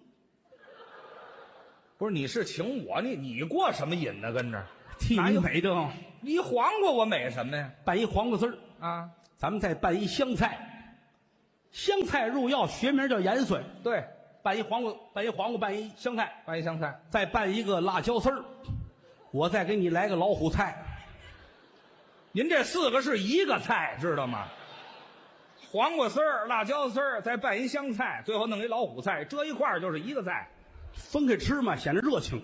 Speaker 2: 不是，你是请我，你你过什么瘾呢？跟着
Speaker 1: 替
Speaker 2: 哪
Speaker 1: 你
Speaker 2: 有
Speaker 1: 美的哦，
Speaker 2: 你黄瓜，我美什么呀？
Speaker 1: 拌一黄瓜丝儿，
Speaker 2: 啊，
Speaker 1: 咱们再拌一香菜，香菜入药，学名叫盐蒜。
Speaker 2: 对，
Speaker 1: 拌一黄瓜，拌一黄瓜，拌一香菜，
Speaker 2: 拌一香菜，
Speaker 1: 再拌一个辣椒丝儿，我再给你来个老虎菜，
Speaker 2: 您这四个是一个菜，知道吗？黄瓜丝儿、辣椒丝儿，再拌一香菜，最后弄一老虎菜，这一块儿就是一个菜。
Speaker 1: 分开吃嘛，显得热情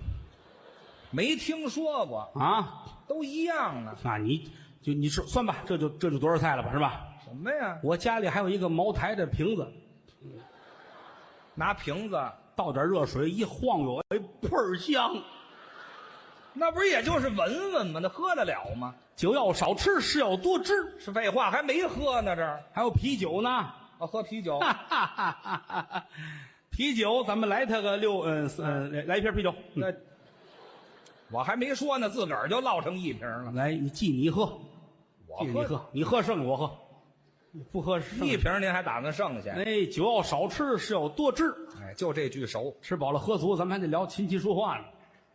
Speaker 2: 没听说过，
Speaker 1: 啊。
Speaker 2: 都一样呢。
Speaker 1: 那你就你说算吧，这就这就多少菜了吧，是吧？
Speaker 2: 什么呀？
Speaker 1: 我家里还有一个茅台的瓶子，
Speaker 2: 拿瓶子，
Speaker 1: 倒点热水一晃悠，哎，倍儿香。
Speaker 2: 那不是也就是闻闻吗？那喝得了吗？
Speaker 1: 酒要少吃，事要多知。
Speaker 2: 是废话，还没喝呢，这儿
Speaker 1: 还有啤酒呢，
Speaker 2: 啊，喝啤酒。
Speaker 1: 哈哈哈哈哈！啤酒，咱们来它个六，嗯、四嗯、来来一瓶啤酒。嗯
Speaker 2: 那我还没说呢，自个儿就落成一瓶了。
Speaker 1: 来，你记你喝，
Speaker 2: 我
Speaker 1: 记你嗯喝，你喝剩我喝，不喝剩
Speaker 2: 一瓶，您还打算剩下？
Speaker 1: 哎，酒要少吃，是要多知。
Speaker 2: 哎，就这句熟，
Speaker 1: 吃饱了喝足，咱们还得聊琴棋书画呢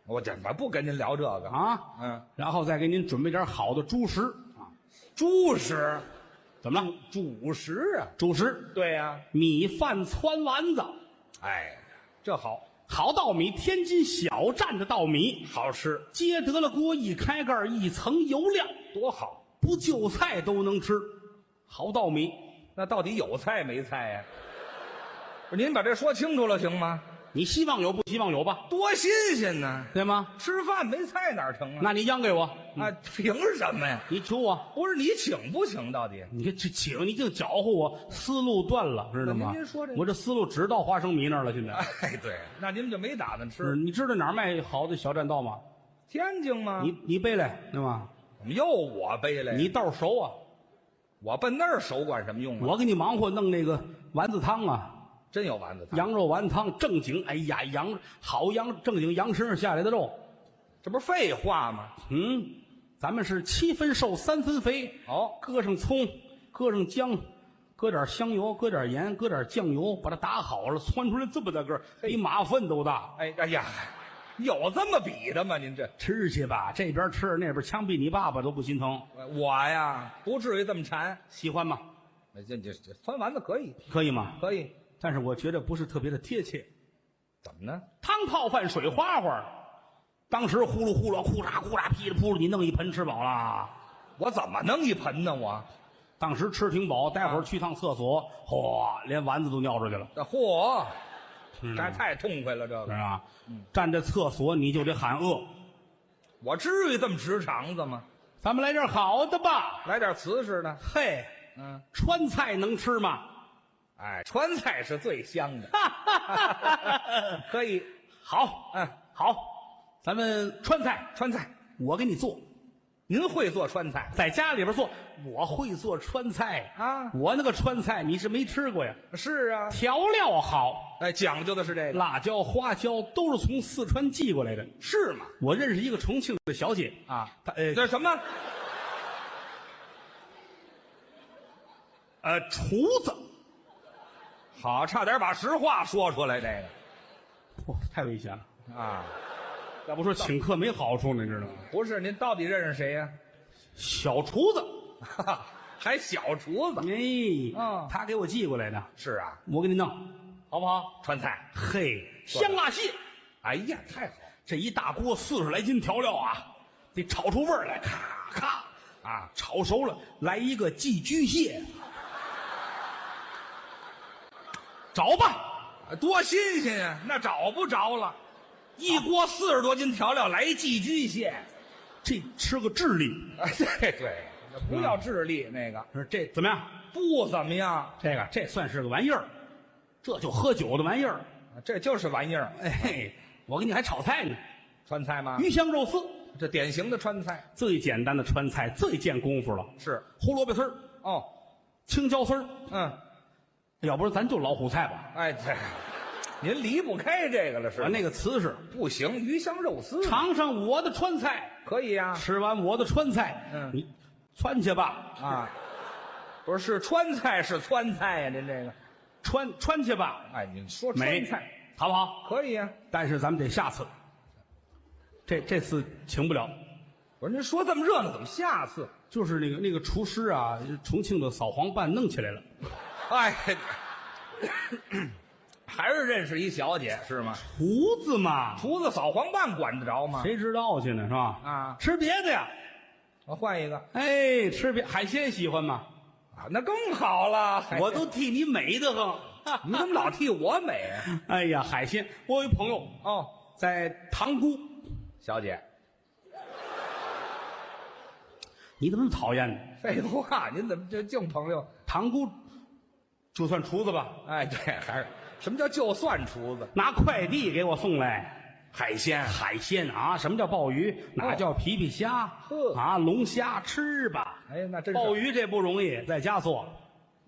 Speaker 2: 我怎么不跟您聊这个？
Speaker 1: 啊！
Speaker 2: 嗯，
Speaker 1: 然后再给您准备点好的主食啊。
Speaker 2: 主食，
Speaker 1: 怎么了？
Speaker 2: 主食啊，
Speaker 1: 主食：
Speaker 2: 对呀、
Speaker 1: 米饭、汆丸子，
Speaker 2: 哎，这好，
Speaker 1: 好稻米，天津小站的稻米，
Speaker 2: 好吃，
Speaker 1: 揭得了锅，一开盖，一层油亮，
Speaker 2: 多好。
Speaker 1: 不就菜都能吃。好稻米，
Speaker 2: 那到底有菜没菜呀、不是您把这说清楚了行吗？
Speaker 1: 你希望有不希望有吧？
Speaker 2: 多新鲜呢！
Speaker 1: 对吗？
Speaker 2: 吃饭没菜哪儿成啊？
Speaker 1: 那你央给我，
Speaker 2: 啊，凭什么呀？
Speaker 1: 你求我，
Speaker 2: 不是你请不请？到底
Speaker 1: 你这这请，你净搅和我，思路断了，知道吗？
Speaker 2: 您您说这个
Speaker 1: 我这思路只到花生米那儿了，现在。
Speaker 2: 哎，对，那您们就没打算
Speaker 1: 是，
Speaker 2: 吃
Speaker 1: 你知道哪儿卖好的小栈道吗？
Speaker 2: 天津吗？
Speaker 1: 你你背来对吗？
Speaker 2: 怎么又我背来？
Speaker 1: 你道熟啊，
Speaker 2: 我奔那儿手管什么用啊？
Speaker 1: 我给你忙活弄那个丸子汤啊，
Speaker 2: 真有丸子汤，
Speaker 1: 羊肉丸子汤正经，哎呀，羊好羊正经羊身上下来的肉，
Speaker 2: 这不是废话吗？
Speaker 1: 嗯，咱们是七分瘦三分肥，
Speaker 2: 哦，
Speaker 1: 搁上葱，搁上姜，搁点香油，搁点盐，搁点酱油，把它打好了，窜出来这么大个儿，比马粪都大。
Speaker 2: 哎哎呀，有这么比的吗？您这
Speaker 1: 吃去吧，这边吃那边枪毙你爸爸都不心疼，
Speaker 2: 我呀，不至于这么馋。
Speaker 1: 喜欢吗？
Speaker 2: 哎这这这酸丸子可以，
Speaker 1: 可以吗？
Speaker 2: 可以，
Speaker 1: 但是我觉得不是特别的贴切。
Speaker 2: 怎么呢？
Speaker 1: 汤泡饭水花花，当时呼噜呼噜，呼嚓呼嚓，噼里扑噜，你弄一盆吃饱了。
Speaker 2: 我怎么弄一盆呢？我
Speaker 1: 当时吃挺饱，待会儿去趟厕所，嚯，连丸子都尿出去了，
Speaker 2: 这嚯，
Speaker 1: 嗯
Speaker 2: 这还太痛快了，这
Speaker 1: 是
Speaker 2: 个
Speaker 1: 吧？啊
Speaker 2: 嗯
Speaker 1: 站在厕所你就得喊饿。
Speaker 2: 我至于这么直肠子吗？
Speaker 1: 咱们来点好的吧，
Speaker 2: 来点瓷实的，
Speaker 1: 嘿，
Speaker 2: 嗯，
Speaker 1: 川菜能吃吗？
Speaker 2: 哎，川菜是最香 的，可以，
Speaker 1: 好，
Speaker 2: 嗯，
Speaker 1: 好，咱们川菜，
Speaker 2: 川菜
Speaker 1: 我给你做，
Speaker 2: 您会做川菜
Speaker 1: 在家里边做，我会做川菜呀
Speaker 2: 啊
Speaker 1: 我那个川菜你是没吃过呀，
Speaker 2: 是啊，
Speaker 1: 调料好，
Speaker 2: 哎，讲究的是这个，
Speaker 1: 辣椒、花椒都是从四川寄过来的。
Speaker 2: 是吗？
Speaker 1: 我认识一个重庆的小姐
Speaker 2: 啊，
Speaker 1: 她呃
Speaker 2: 这什么？
Speaker 1: 呃厨子，
Speaker 2: 好，差点把实话说出来，这
Speaker 1: 哇，太危险了！
Speaker 2: 个啊，
Speaker 1: 要不说请客没好处呢，你知道吗？
Speaker 2: 不是您到底认识谁呀、
Speaker 1: 小厨子，
Speaker 2: 哈哈，还小厨子？
Speaker 1: 哎，
Speaker 2: 啊
Speaker 1: 他给我寄过来的，
Speaker 2: 是啊，
Speaker 1: 我给你弄。
Speaker 2: 好不好？川菜，
Speaker 1: 嘿，香辣蟹，
Speaker 2: 哎呀，太好
Speaker 1: 这一大锅四十来斤调料啊，得炒出味儿来，咔咔
Speaker 2: 啊！
Speaker 1: 炒熟了，来一个寄居蟹，找吧，
Speaker 2: 多新鲜呀、那找不着了，一锅四十多斤调料来一寄居蟹，
Speaker 1: 这吃个智力，
Speaker 2: 哎，啊对对，那不叫智力，那个
Speaker 1: 说这怎么样？
Speaker 2: 不怎么样，
Speaker 1: 这个这算是个玩意儿，这就喝酒的玩意儿。
Speaker 2: 这就是玩意儿，
Speaker 1: 哎嘿，我给你还炒菜呢，
Speaker 2: 川菜吗？
Speaker 1: 鱼香肉丝，
Speaker 2: 这典型的川菜
Speaker 1: 最简单的川菜，最见功夫了。
Speaker 2: 是
Speaker 1: 胡萝卜丝儿，
Speaker 2: 哦，
Speaker 1: 青椒丝儿，
Speaker 2: 嗯，
Speaker 1: 要不然咱就老虎菜吧。
Speaker 2: 哎，对，您离不开这啊个了是吧？
Speaker 1: 我那个词是
Speaker 2: 不行，鱼香肉丝
Speaker 1: 尝上我的川菜，
Speaker 2: 可以呀
Speaker 1: 吃完我的川菜，
Speaker 2: 嗯
Speaker 1: 你川去吧，
Speaker 2: 啊，不是是川菜是川菜呀，您这个，
Speaker 1: 川川去吧，
Speaker 2: 哎，您说
Speaker 1: 美
Speaker 2: 川菜，
Speaker 1: 好不好？
Speaker 2: 可以呀，
Speaker 1: 但是咱们得下次，这这次请不了。
Speaker 2: 不是您说这么热闹，怎么下次？
Speaker 1: 就是那个那个厨师啊，重庆的扫黄办弄起来了，
Speaker 2: 哎， 还是认识一小姐是吗？
Speaker 1: 胡子嘛，
Speaker 2: 厨子扫黄办管得着吗？
Speaker 1: 谁知道去呢，是吧？
Speaker 2: 啊
Speaker 1: 吃别的呀，
Speaker 2: 我换一个
Speaker 1: 哎，吃别海鲜喜欢吗？
Speaker 2: 啊，那更好了。海
Speaker 1: 我都替你美得很。
Speaker 2: 哎 你怎么老替我美啊？
Speaker 1: 哎呀，海鲜，我有一朋友
Speaker 2: 哦，
Speaker 1: 在塘沽，
Speaker 2: 小姐，
Speaker 1: 你怎么那么讨厌呢？
Speaker 2: 废话，您怎么就净朋 友？
Speaker 1: 塘沽就算厨子吧，
Speaker 2: 哎，对，还是什么叫就算厨子？
Speaker 1: 拿快递给我送来
Speaker 2: 海鲜
Speaker 1: 海鲜啊！什么叫鲍鱼？哪叫皮皮虾？
Speaker 2: 呵
Speaker 1: 啊，龙虾吃吧。
Speaker 2: 哎，那真是
Speaker 1: 鲍鱼这不容易，在家做。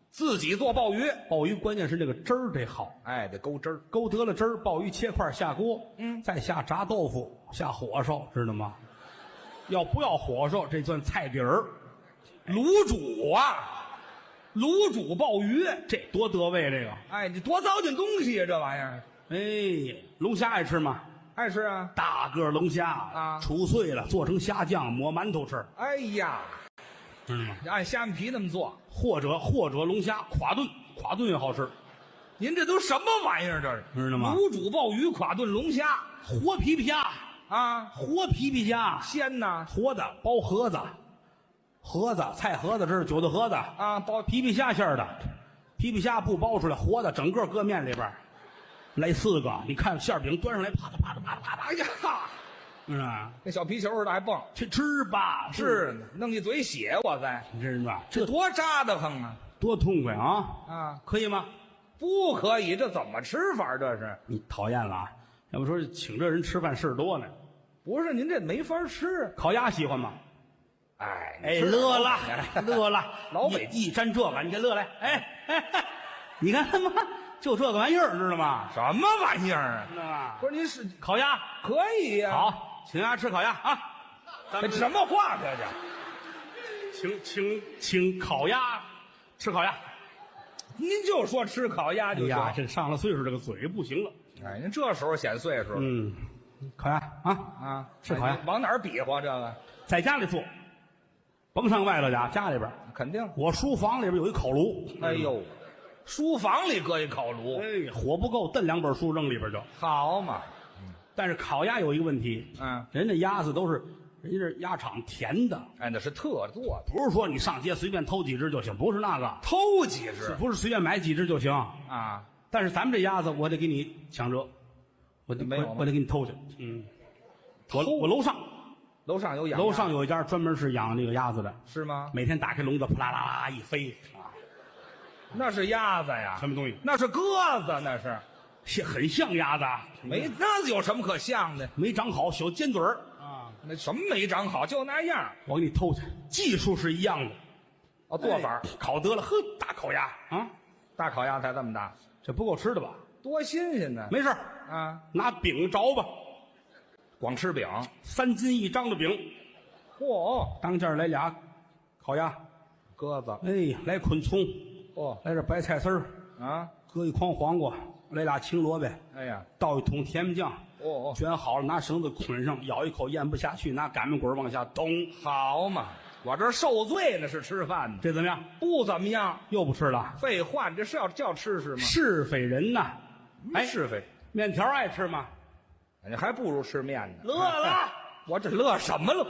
Speaker 2: 自己做鲍鱼，
Speaker 1: 鲍鱼关键是那个汁儿得好，
Speaker 2: 哎，得勾汁儿。
Speaker 1: 勾得了汁儿，鲍鱼切块下锅，嗯，再下炸豆腐，下火烧，知道吗？要不要火烧？这算菜底儿，
Speaker 2: 卤煮啊，卤煮鲍鱼，
Speaker 1: 这多得味这个。
Speaker 2: 哎，你多糟践东西啊呀、这玩意儿。
Speaker 1: 哎，龙虾爱吃吗？
Speaker 2: 爱吃啊，
Speaker 1: 大个儿龙虾
Speaker 2: 啊
Speaker 1: 杵碎了做成虾酱，抹馒头吃，
Speaker 2: 哎呀，
Speaker 1: 知道吗？
Speaker 2: 按虾米皮那么做，
Speaker 1: 或者或者龙虾垮炖，垮炖也好吃，
Speaker 2: 您这都什么玩意儿？这是
Speaker 1: 知道吗
Speaker 2: 卤煮鲍鱼、垮炖龙虾
Speaker 1: 活皮皮虾，
Speaker 2: 啊，
Speaker 1: 活皮皮虾，
Speaker 2: 鲜呐
Speaker 1: 活的包盒子，盒子菜盒子这是韭菜盒子，
Speaker 2: 啊，包
Speaker 1: 皮皮虾馅儿的，皮皮虾不包出来，活的整个搁面里边儿，来四个，你看馅儿饼端上来，啪嗒啪嗒啪嗒啪嗒，
Speaker 2: 哎呀，
Speaker 1: 是吧？
Speaker 2: 那小皮球似的还蹦，
Speaker 1: 去吃吧，嗯
Speaker 2: 是呢，弄一嘴血我在，
Speaker 1: 你知道吧？
Speaker 2: 这
Speaker 1: 这
Speaker 2: 多扎的慌啊
Speaker 1: 多痛快啊！
Speaker 2: 啊！
Speaker 1: 可以吗？
Speaker 2: 不可以，这怎么吃法？这是
Speaker 1: 你讨厌了啊？要不说请这人吃饭事儿多呢？
Speaker 2: 不是您这没法吃？
Speaker 1: 烤鸭喜欢吗？
Speaker 2: 哎
Speaker 1: 哎，
Speaker 2: 你吃
Speaker 1: 乐了
Speaker 2: 哎，
Speaker 1: 乐了，
Speaker 2: 老北
Speaker 1: 一一沾这个，你这乐来，哎，哎你看他妈就这个玩意儿，知道吗？
Speaker 2: 什么玩意儿啊？
Speaker 1: 知道吗？
Speaker 2: 不是您是
Speaker 1: 烤鸭
Speaker 2: 可以呀、
Speaker 1: 好，请大家吃烤鸭啊！咱
Speaker 2: 这
Speaker 1: 们
Speaker 2: 什么话这是？
Speaker 1: 请请请烤鸭，吃烤鸭。
Speaker 2: 您就说吃烤鸭
Speaker 1: 哎
Speaker 2: 就行。
Speaker 1: 呀，这上了岁数，这个嘴不行了。
Speaker 2: 哎，您这时候显岁数了、
Speaker 1: 嗯，烤鸭啊，
Speaker 2: 啊！
Speaker 1: 吃烤鸭
Speaker 2: 哎您往哪儿比划？这个
Speaker 1: 在家里做，甭上外头家，家里边儿。
Speaker 2: 肯定。
Speaker 1: 我书房里边有一烤炉，
Speaker 2: 哎呦，书房里搁一烤炉，
Speaker 1: 嗯哎，火不够，炖两本书扔里边就。
Speaker 2: 好嘛？
Speaker 1: 但是烤鸭有一个问题，
Speaker 2: 嗯，
Speaker 1: 人家鸭子都是人家这鸭场填的，
Speaker 2: 哎，那是特做的，
Speaker 1: 不是说你上街随便偷几只就行，不是那个，
Speaker 2: 偷几只
Speaker 1: 不是随便买几只就行。
Speaker 2: 啊？
Speaker 1: 但是咱们这鸭子，我得给你抢辙，我得
Speaker 2: 没有
Speaker 1: 我
Speaker 2: 吗
Speaker 1: 我得给你偷去。嗯，我
Speaker 2: 偷哎
Speaker 1: 我楼上
Speaker 2: 楼上有养鸭
Speaker 1: 楼上有一家专门是养那个鸭子的，
Speaker 2: 是吗？
Speaker 1: 每天打开笼子，扑啦啦啦一飞啊，
Speaker 2: 那是鸭子呀
Speaker 1: 什，么东西？
Speaker 2: 那是鸽子，那是
Speaker 1: 像很像鸭子，啊，
Speaker 2: 没那有什么可像的？
Speaker 1: 没长好，小尖嘴儿啊，
Speaker 2: 那什么没长好，就那样儿。
Speaker 1: 我给你偷去，技术是一样的，
Speaker 2: 哦，做法儿
Speaker 1: 哎烤得了，呵，大烤鸭啊，
Speaker 2: 大烤鸭才这么大，
Speaker 1: 这不够吃的吧？
Speaker 2: 多新鲜呢！
Speaker 1: 没事儿
Speaker 2: 啊，
Speaker 1: 拿饼着吧，
Speaker 2: 光吃饼，
Speaker 1: 三斤一张的饼，
Speaker 2: 嚯，
Speaker 1: 当间儿来俩烤鸭，
Speaker 2: 鸽子，
Speaker 1: 哎，来捆葱，
Speaker 2: 嚯
Speaker 1: 来点白菜丝儿，
Speaker 2: 啊，
Speaker 1: 搁一筐黄瓜，来俩青萝卜，
Speaker 2: 哎呀，
Speaker 1: 倒一桶甜面酱，
Speaker 2: 哦，
Speaker 1: 卷好了拿绳子捆上，咬一口咽不下去，拿擀面棍儿往下咚，
Speaker 2: 好嘛，我这受罪呢，是吃饭呢，
Speaker 1: 这怎么样？
Speaker 2: 不怎么样。
Speaker 1: 又不吃了？
Speaker 2: 废话，你这是要叫吃是吗？
Speaker 1: 是非人呐！哎，
Speaker 2: 是非，
Speaker 1: 面条爱吃吗？
Speaker 2: 你还不如吃面呢。
Speaker 1: 乐了，
Speaker 2: 我这乐什么乐？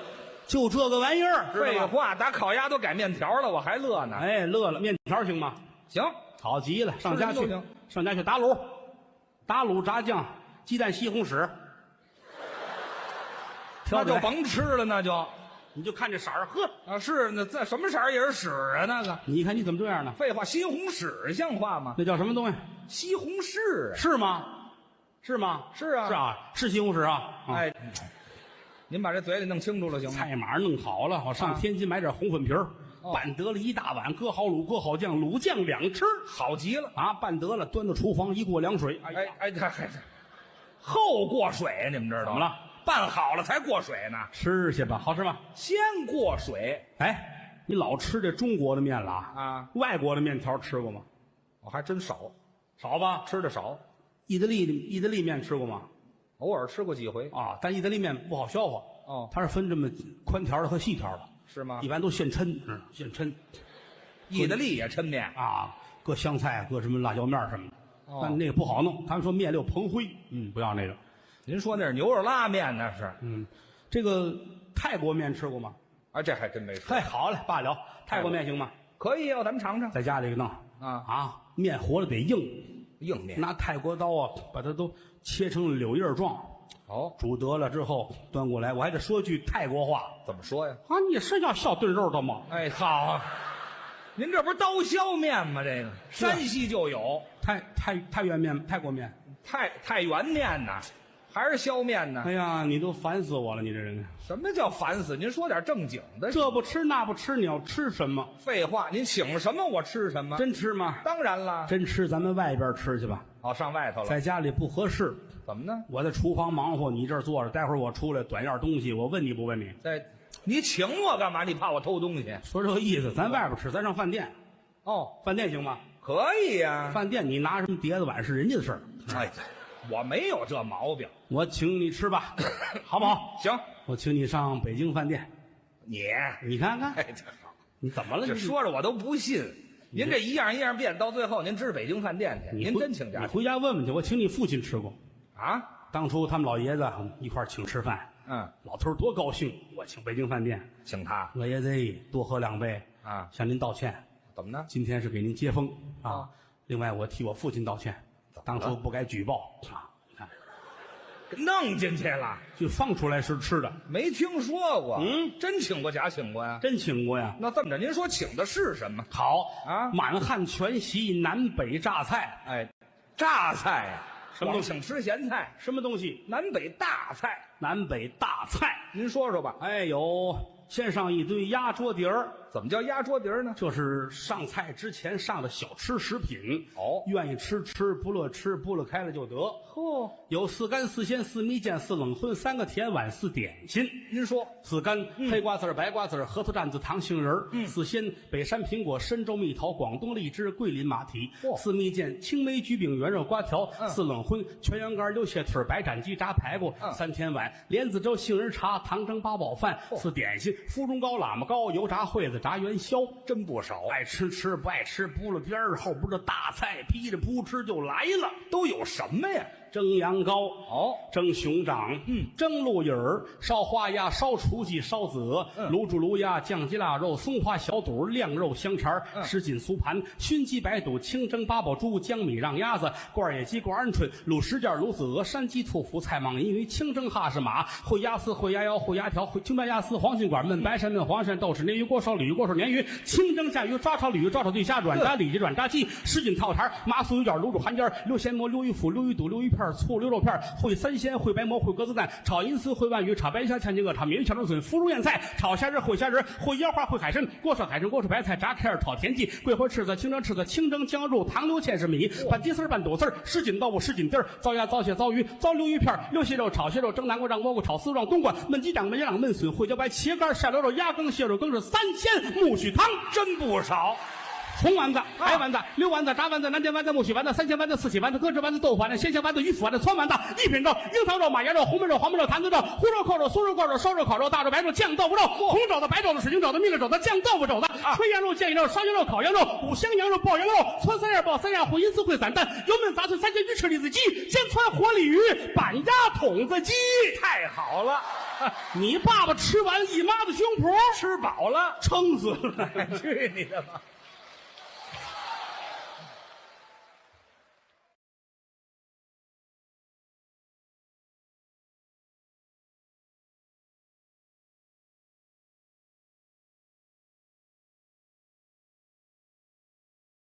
Speaker 1: 就这个玩意儿，知
Speaker 2: 废
Speaker 1: 道吗？
Speaker 2: 话，打烤鸭都改面条了，我还乐呢。
Speaker 1: 哎，乐了，面条行吗？
Speaker 2: 行，
Speaker 1: 好极了，上家
Speaker 2: 吃
Speaker 1: 去
Speaker 2: 什么都行，
Speaker 1: 上家去打卤，打卤炸酱，鸡蛋西红柿，
Speaker 2: 那
Speaker 1: 挑起
Speaker 2: 就
Speaker 1: 来，
Speaker 2: 甭吃了，那就
Speaker 1: 你就看这色儿，呵，
Speaker 2: 啊是那这什么色儿也是屎啊那个。
Speaker 1: 你一看你怎么这样呢？
Speaker 2: 废话，西红柿像话吗？
Speaker 1: 那叫什么东西？
Speaker 2: 西红柿啊
Speaker 1: 是吗？是吗？
Speaker 2: 是啊
Speaker 1: 是啊，是西红柿啊。
Speaker 2: 啊，
Speaker 1: 啊，
Speaker 2: 哎，您把这嘴里弄清楚了行吗？
Speaker 1: 菜码弄好了，我上
Speaker 2: 啊
Speaker 1: 天津买点红粉皮儿，
Speaker 2: 哦
Speaker 1: 拌得了一大碗，搁好卤，搁好酱，卤酱两吃。
Speaker 2: 好极了，
Speaker 1: 啊，拌得了，端到厨房一过凉水，
Speaker 2: 哎哎哎哎，后过水，你们知道
Speaker 1: 怎么
Speaker 2: 吗？
Speaker 1: 了？
Speaker 2: 拌好了才过水呢，
Speaker 1: 吃去吧，好吃吗？
Speaker 2: 先过水。
Speaker 1: 哎，你老吃这中国的面了
Speaker 2: 啊？
Speaker 1: 外国的面条吃过吗？
Speaker 2: 我还真少，
Speaker 1: 少吧？
Speaker 2: 吃的少，
Speaker 1: 意大利的意大利面吃过吗？
Speaker 2: 偶尔吃过几回。
Speaker 1: 啊，但意大利面不好消化，
Speaker 2: 哦，啊
Speaker 1: 它是分这么宽条的和细条的，
Speaker 2: 是吗
Speaker 1: 一？般都现抻，知道吗现抻
Speaker 2: 意大利也抻面。
Speaker 1: 啊，搁香菜，搁什么辣椒面什么的。
Speaker 2: 哦
Speaker 1: 但那个不好弄，他们说面里有硼灰，嗯，不要那个。
Speaker 2: 您说那是牛肉拉面，那是？
Speaker 1: 嗯，这个泰国面吃过吗？
Speaker 2: 啊，这还真没吃。
Speaker 1: 太哎好了，罢了，泰国面行吗？
Speaker 2: 可以啊，咱们尝尝
Speaker 1: 在家里给弄
Speaker 2: 啊，
Speaker 1: 啊，面和了得硬，
Speaker 2: 硬面。
Speaker 1: 拿泰国刀啊，把它都切成柳叶状，
Speaker 2: 哦，
Speaker 1: 煮得了之后端过来，我还得说句泰国话
Speaker 2: 怎么说呀？
Speaker 1: 啊，你是要小炖肉的吗？
Speaker 2: 哎，好，您这不是刀削面吗？这个
Speaker 1: 是啊
Speaker 2: 山西就有
Speaker 1: 泰泰泰原面，泰国面。
Speaker 2: 太太原面呐，还是削面呢？
Speaker 1: 哎呀，你都烦死我了，你这人，
Speaker 2: 什么叫烦死？您说点正经的。
Speaker 1: 这不吃那不吃，你要吃什么？
Speaker 2: 废话，您请什么我吃什么。
Speaker 1: 真吃吗？
Speaker 2: 当然了，
Speaker 1: 真吃，咱们外边吃去吧，
Speaker 2: 好上外头了。
Speaker 1: 在家里不合适。
Speaker 2: 怎么呢？
Speaker 1: 我在厨房忙活，你这儿坐着，待会儿我出来短样东西，我问你不问你？
Speaker 2: 在，你请我干嘛？你怕我偷东西？
Speaker 1: 说这个意思，咱外边吃，咱上饭店，
Speaker 2: 哦，
Speaker 1: 饭店行吗？
Speaker 2: 可以呀、
Speaker 1: 饭店你拿什么碟子碗是人家的事儿，
Speaker 2: 哎，我没有这毛病。
Speaker 1: 我请你吃 吧，好不好？
Speaker 2: 行，
Speaker 1: 我请你上北京饭店，
Speaker 2: 你，
Speaker 1: 你看看
Speaker 2: 哎，这好
Speaker 1: 你怎么了？
Speaker 2: 这
Speaker 1: 你
Speaker 2: 说着我都不信。您这一样一样变，到最后您吃北京饭店去，
Speaker 1: 你
Speaker 2: 您
Speaker 1: 回
Speaker 2: 真请假
Speaker 1: 你回家问问去。我请你父亲吃过，
Speaker 2: 啊？
Speaker 1: 当初他们老爷子一块儿请吃饭，
Speaker 2: 嗯，
Speaker 1: 老头儿多高兴，我请北京饭店，
Speaker 2: 请他
Speaker 1: 老爷子多喝两杯，
Speaker 2: 啊？
Speaker 1: 向您道歉，
Speaker 2: 怎么呢？
Speaker 1: 今天是给您接风啊
Speaker 2: 啊。
Speaker 1: 另外，我替我父亲道歉，
Speaker 2: 么
Speaker 1: 当
Speaker 2: 了
Speaker 1: 初不该举报啊。你看，
Speaker 2: 弄进去了，
Speaker 1: 就放出来是吃的，
Speaker 2: 没听说过。
Speaker 1: 嗯，
Speaker 2: 真请过假请过呀、
Speaker 1: 真请过呀。
Speaker 2: 那这么着，您说请的是什么？
Speaker 1: 好
Speaker 2: 啊
Speaker 1: 满汉全席，南北榨菜，
Speaker 2: 哎，榨菜呀、
Speaker 1: 什么
Speaker 2: 光
Speaker 1: 东西
Speaker 2: 请吃咸菜，
Speaker 1: 什么东西？
Speaker 2: 南北大菜，
Speaker 1: 南北大菜。
Speaker 2: 您说说吧，
Speaker 1: 哎，有先上一堆鸭桌底儿，
Speaker 2: 怎么叫压桌底儿呢？
Speaker 1: 这是上菜之前上的小吃食品。
Speaker 2: 哦
Speaker 1: 愿意吃吃，不乐吃不乐开了就得。
Speaker 2: 嚯、
Speaker 1: 有四干、四鲜、四蜜饯、四冷荤、三个甜碗、四点心。
Speaker 2: 您说
Speaker 1: 四干黑瓜子儿、白瓜子儿、核桃蘸子、糖杏仁儿；四鲜北山苹果、深州蜜桃、广东荔枝、桂林马蹄；
Speaker 2: 嚯
Speaker 1: 四蜜饯青梅橘饼、圆肉瓜条；四冷荤全羊肝、溜蟹腿儿、白斩鸡、炸排骨；
Speaker 2: 嗯
Speaker 1: 三天碗莲子粥、杏仁茶、糖蒸八宝饭；
Speaker 2: 嚯
Speaker 1: 四点心芙蓉糕、喇嘛糕、油炸烩子、炸元宵。
Speaker 2: 真不少，
Speaker 1: 爱吃吃，不爱吃扑了边儿，后边的大菜噼里扑哧就来了。
Speaker 2: 都有什么呀？
Speaker 1: 蒸羊羔，
Speaker 2: 哦，
Speaker 1: 蒸熊掌，
Speaker 2: 嗯，
Speaker 1: 蒸鹿尾儿，烧花鸭，烧雏鸡，烧子鹅，
Speaker 2: 嗯
Speaker 1: 卤煮卤鸭，酱鸡腊肉，松花小肚，晾肉香肠儿，
Speaker 2: 嗯
Speaker 1: 什锦酥盘，熏鸡白肚，清蒸八宝猪，江米让鸭子，罐野鸡，罐鹌鹑，卤什件，卤子鹅，山鸡兔脯，菜蟒银鱼，清蒸哈士马，烩鸭丝，烩鸭腰，烩鸭条，烩清白鸭丝，黄心管焖白鳝，焖黄鳝，豆豉鲶鱼，锅烧鲤鱼，锅烧鲶鱼，清蒸炸鱼，抓炒鲤鱼，
Speaker 2: 嗯
Speaker 1: 抓炒对虾，软炸里脊，软炸鸡，什锦套肠儿，麻酥油角，卤煮寒尖儿，溜咸蘑，溜鱼脯，溜鱼肚，溜鱼片片、醋溜肉片、烩三鲜、烩白馍、烩鸽子蛋、炒银丝、烩万鱼、炒白虾、呛金鹅、炒鲶鱼、炝春笋、腐乳燕菜、炒虾仁、烩虾仁、烩腰花、烩海参、锅涮海参、锅涮白菜、炸开儿、炒田鸡、桂花柿子、清蒸柿子、清蒸姜肉、糖溜芡实米、拌鸡丝儿、拌肚丝儿、什锦豆腐、什锦丁儿、糟鸭、糟蟹、糟鱼、糟溜鱼片儿、溜蟹肉、炒蟹肉、蒸南瓜、让蘑菇、炒丝肉、让冬瓜、焖鸡掌、焖鸭掌、焖笋、烩茭白、茄干、晒溜肉、鸭羹、蟹肉羹是三鲜苜蓿汤。
Speaker 2: 真不少。
Speaker 1: 红丸子、白丸子、溜丸子、炸丸子、南煎丸子、木须丸子、三鲜丸子、四喜丸子、鸽子丸子、豆腐丸子、鲜虾丸子、鱼腐丸子、川丸子、一品肉、樱桃肉、马牙肉、红焖肉、黄焖肉、坛子肉、胡肉、扣肉、酥肉、扣肉、烧肉、烤肉、大肉、白肉、酱豆腐肉、红肘子、白肘子、水晶肘子、蜜肉肘子、酱豆腐肘子、炊羊肉、酱羊肉、烧羊肉、烤羊肉、五香羊肉、爆羊肉、汆三样、爆三样、混银丝烩散蛋、油焖杂碎、三鲜鱼翅、栗子鸡、鲜川活鲤鱼、板鸭筒子鸡。
Speaker 2: 太好了，
Speaker 1: 你爸爸吃完一妈的胸脯，
Speaker 2: 吃饱了，
Speaker 1: 撑死了。
Speaker 2: 去你的吧！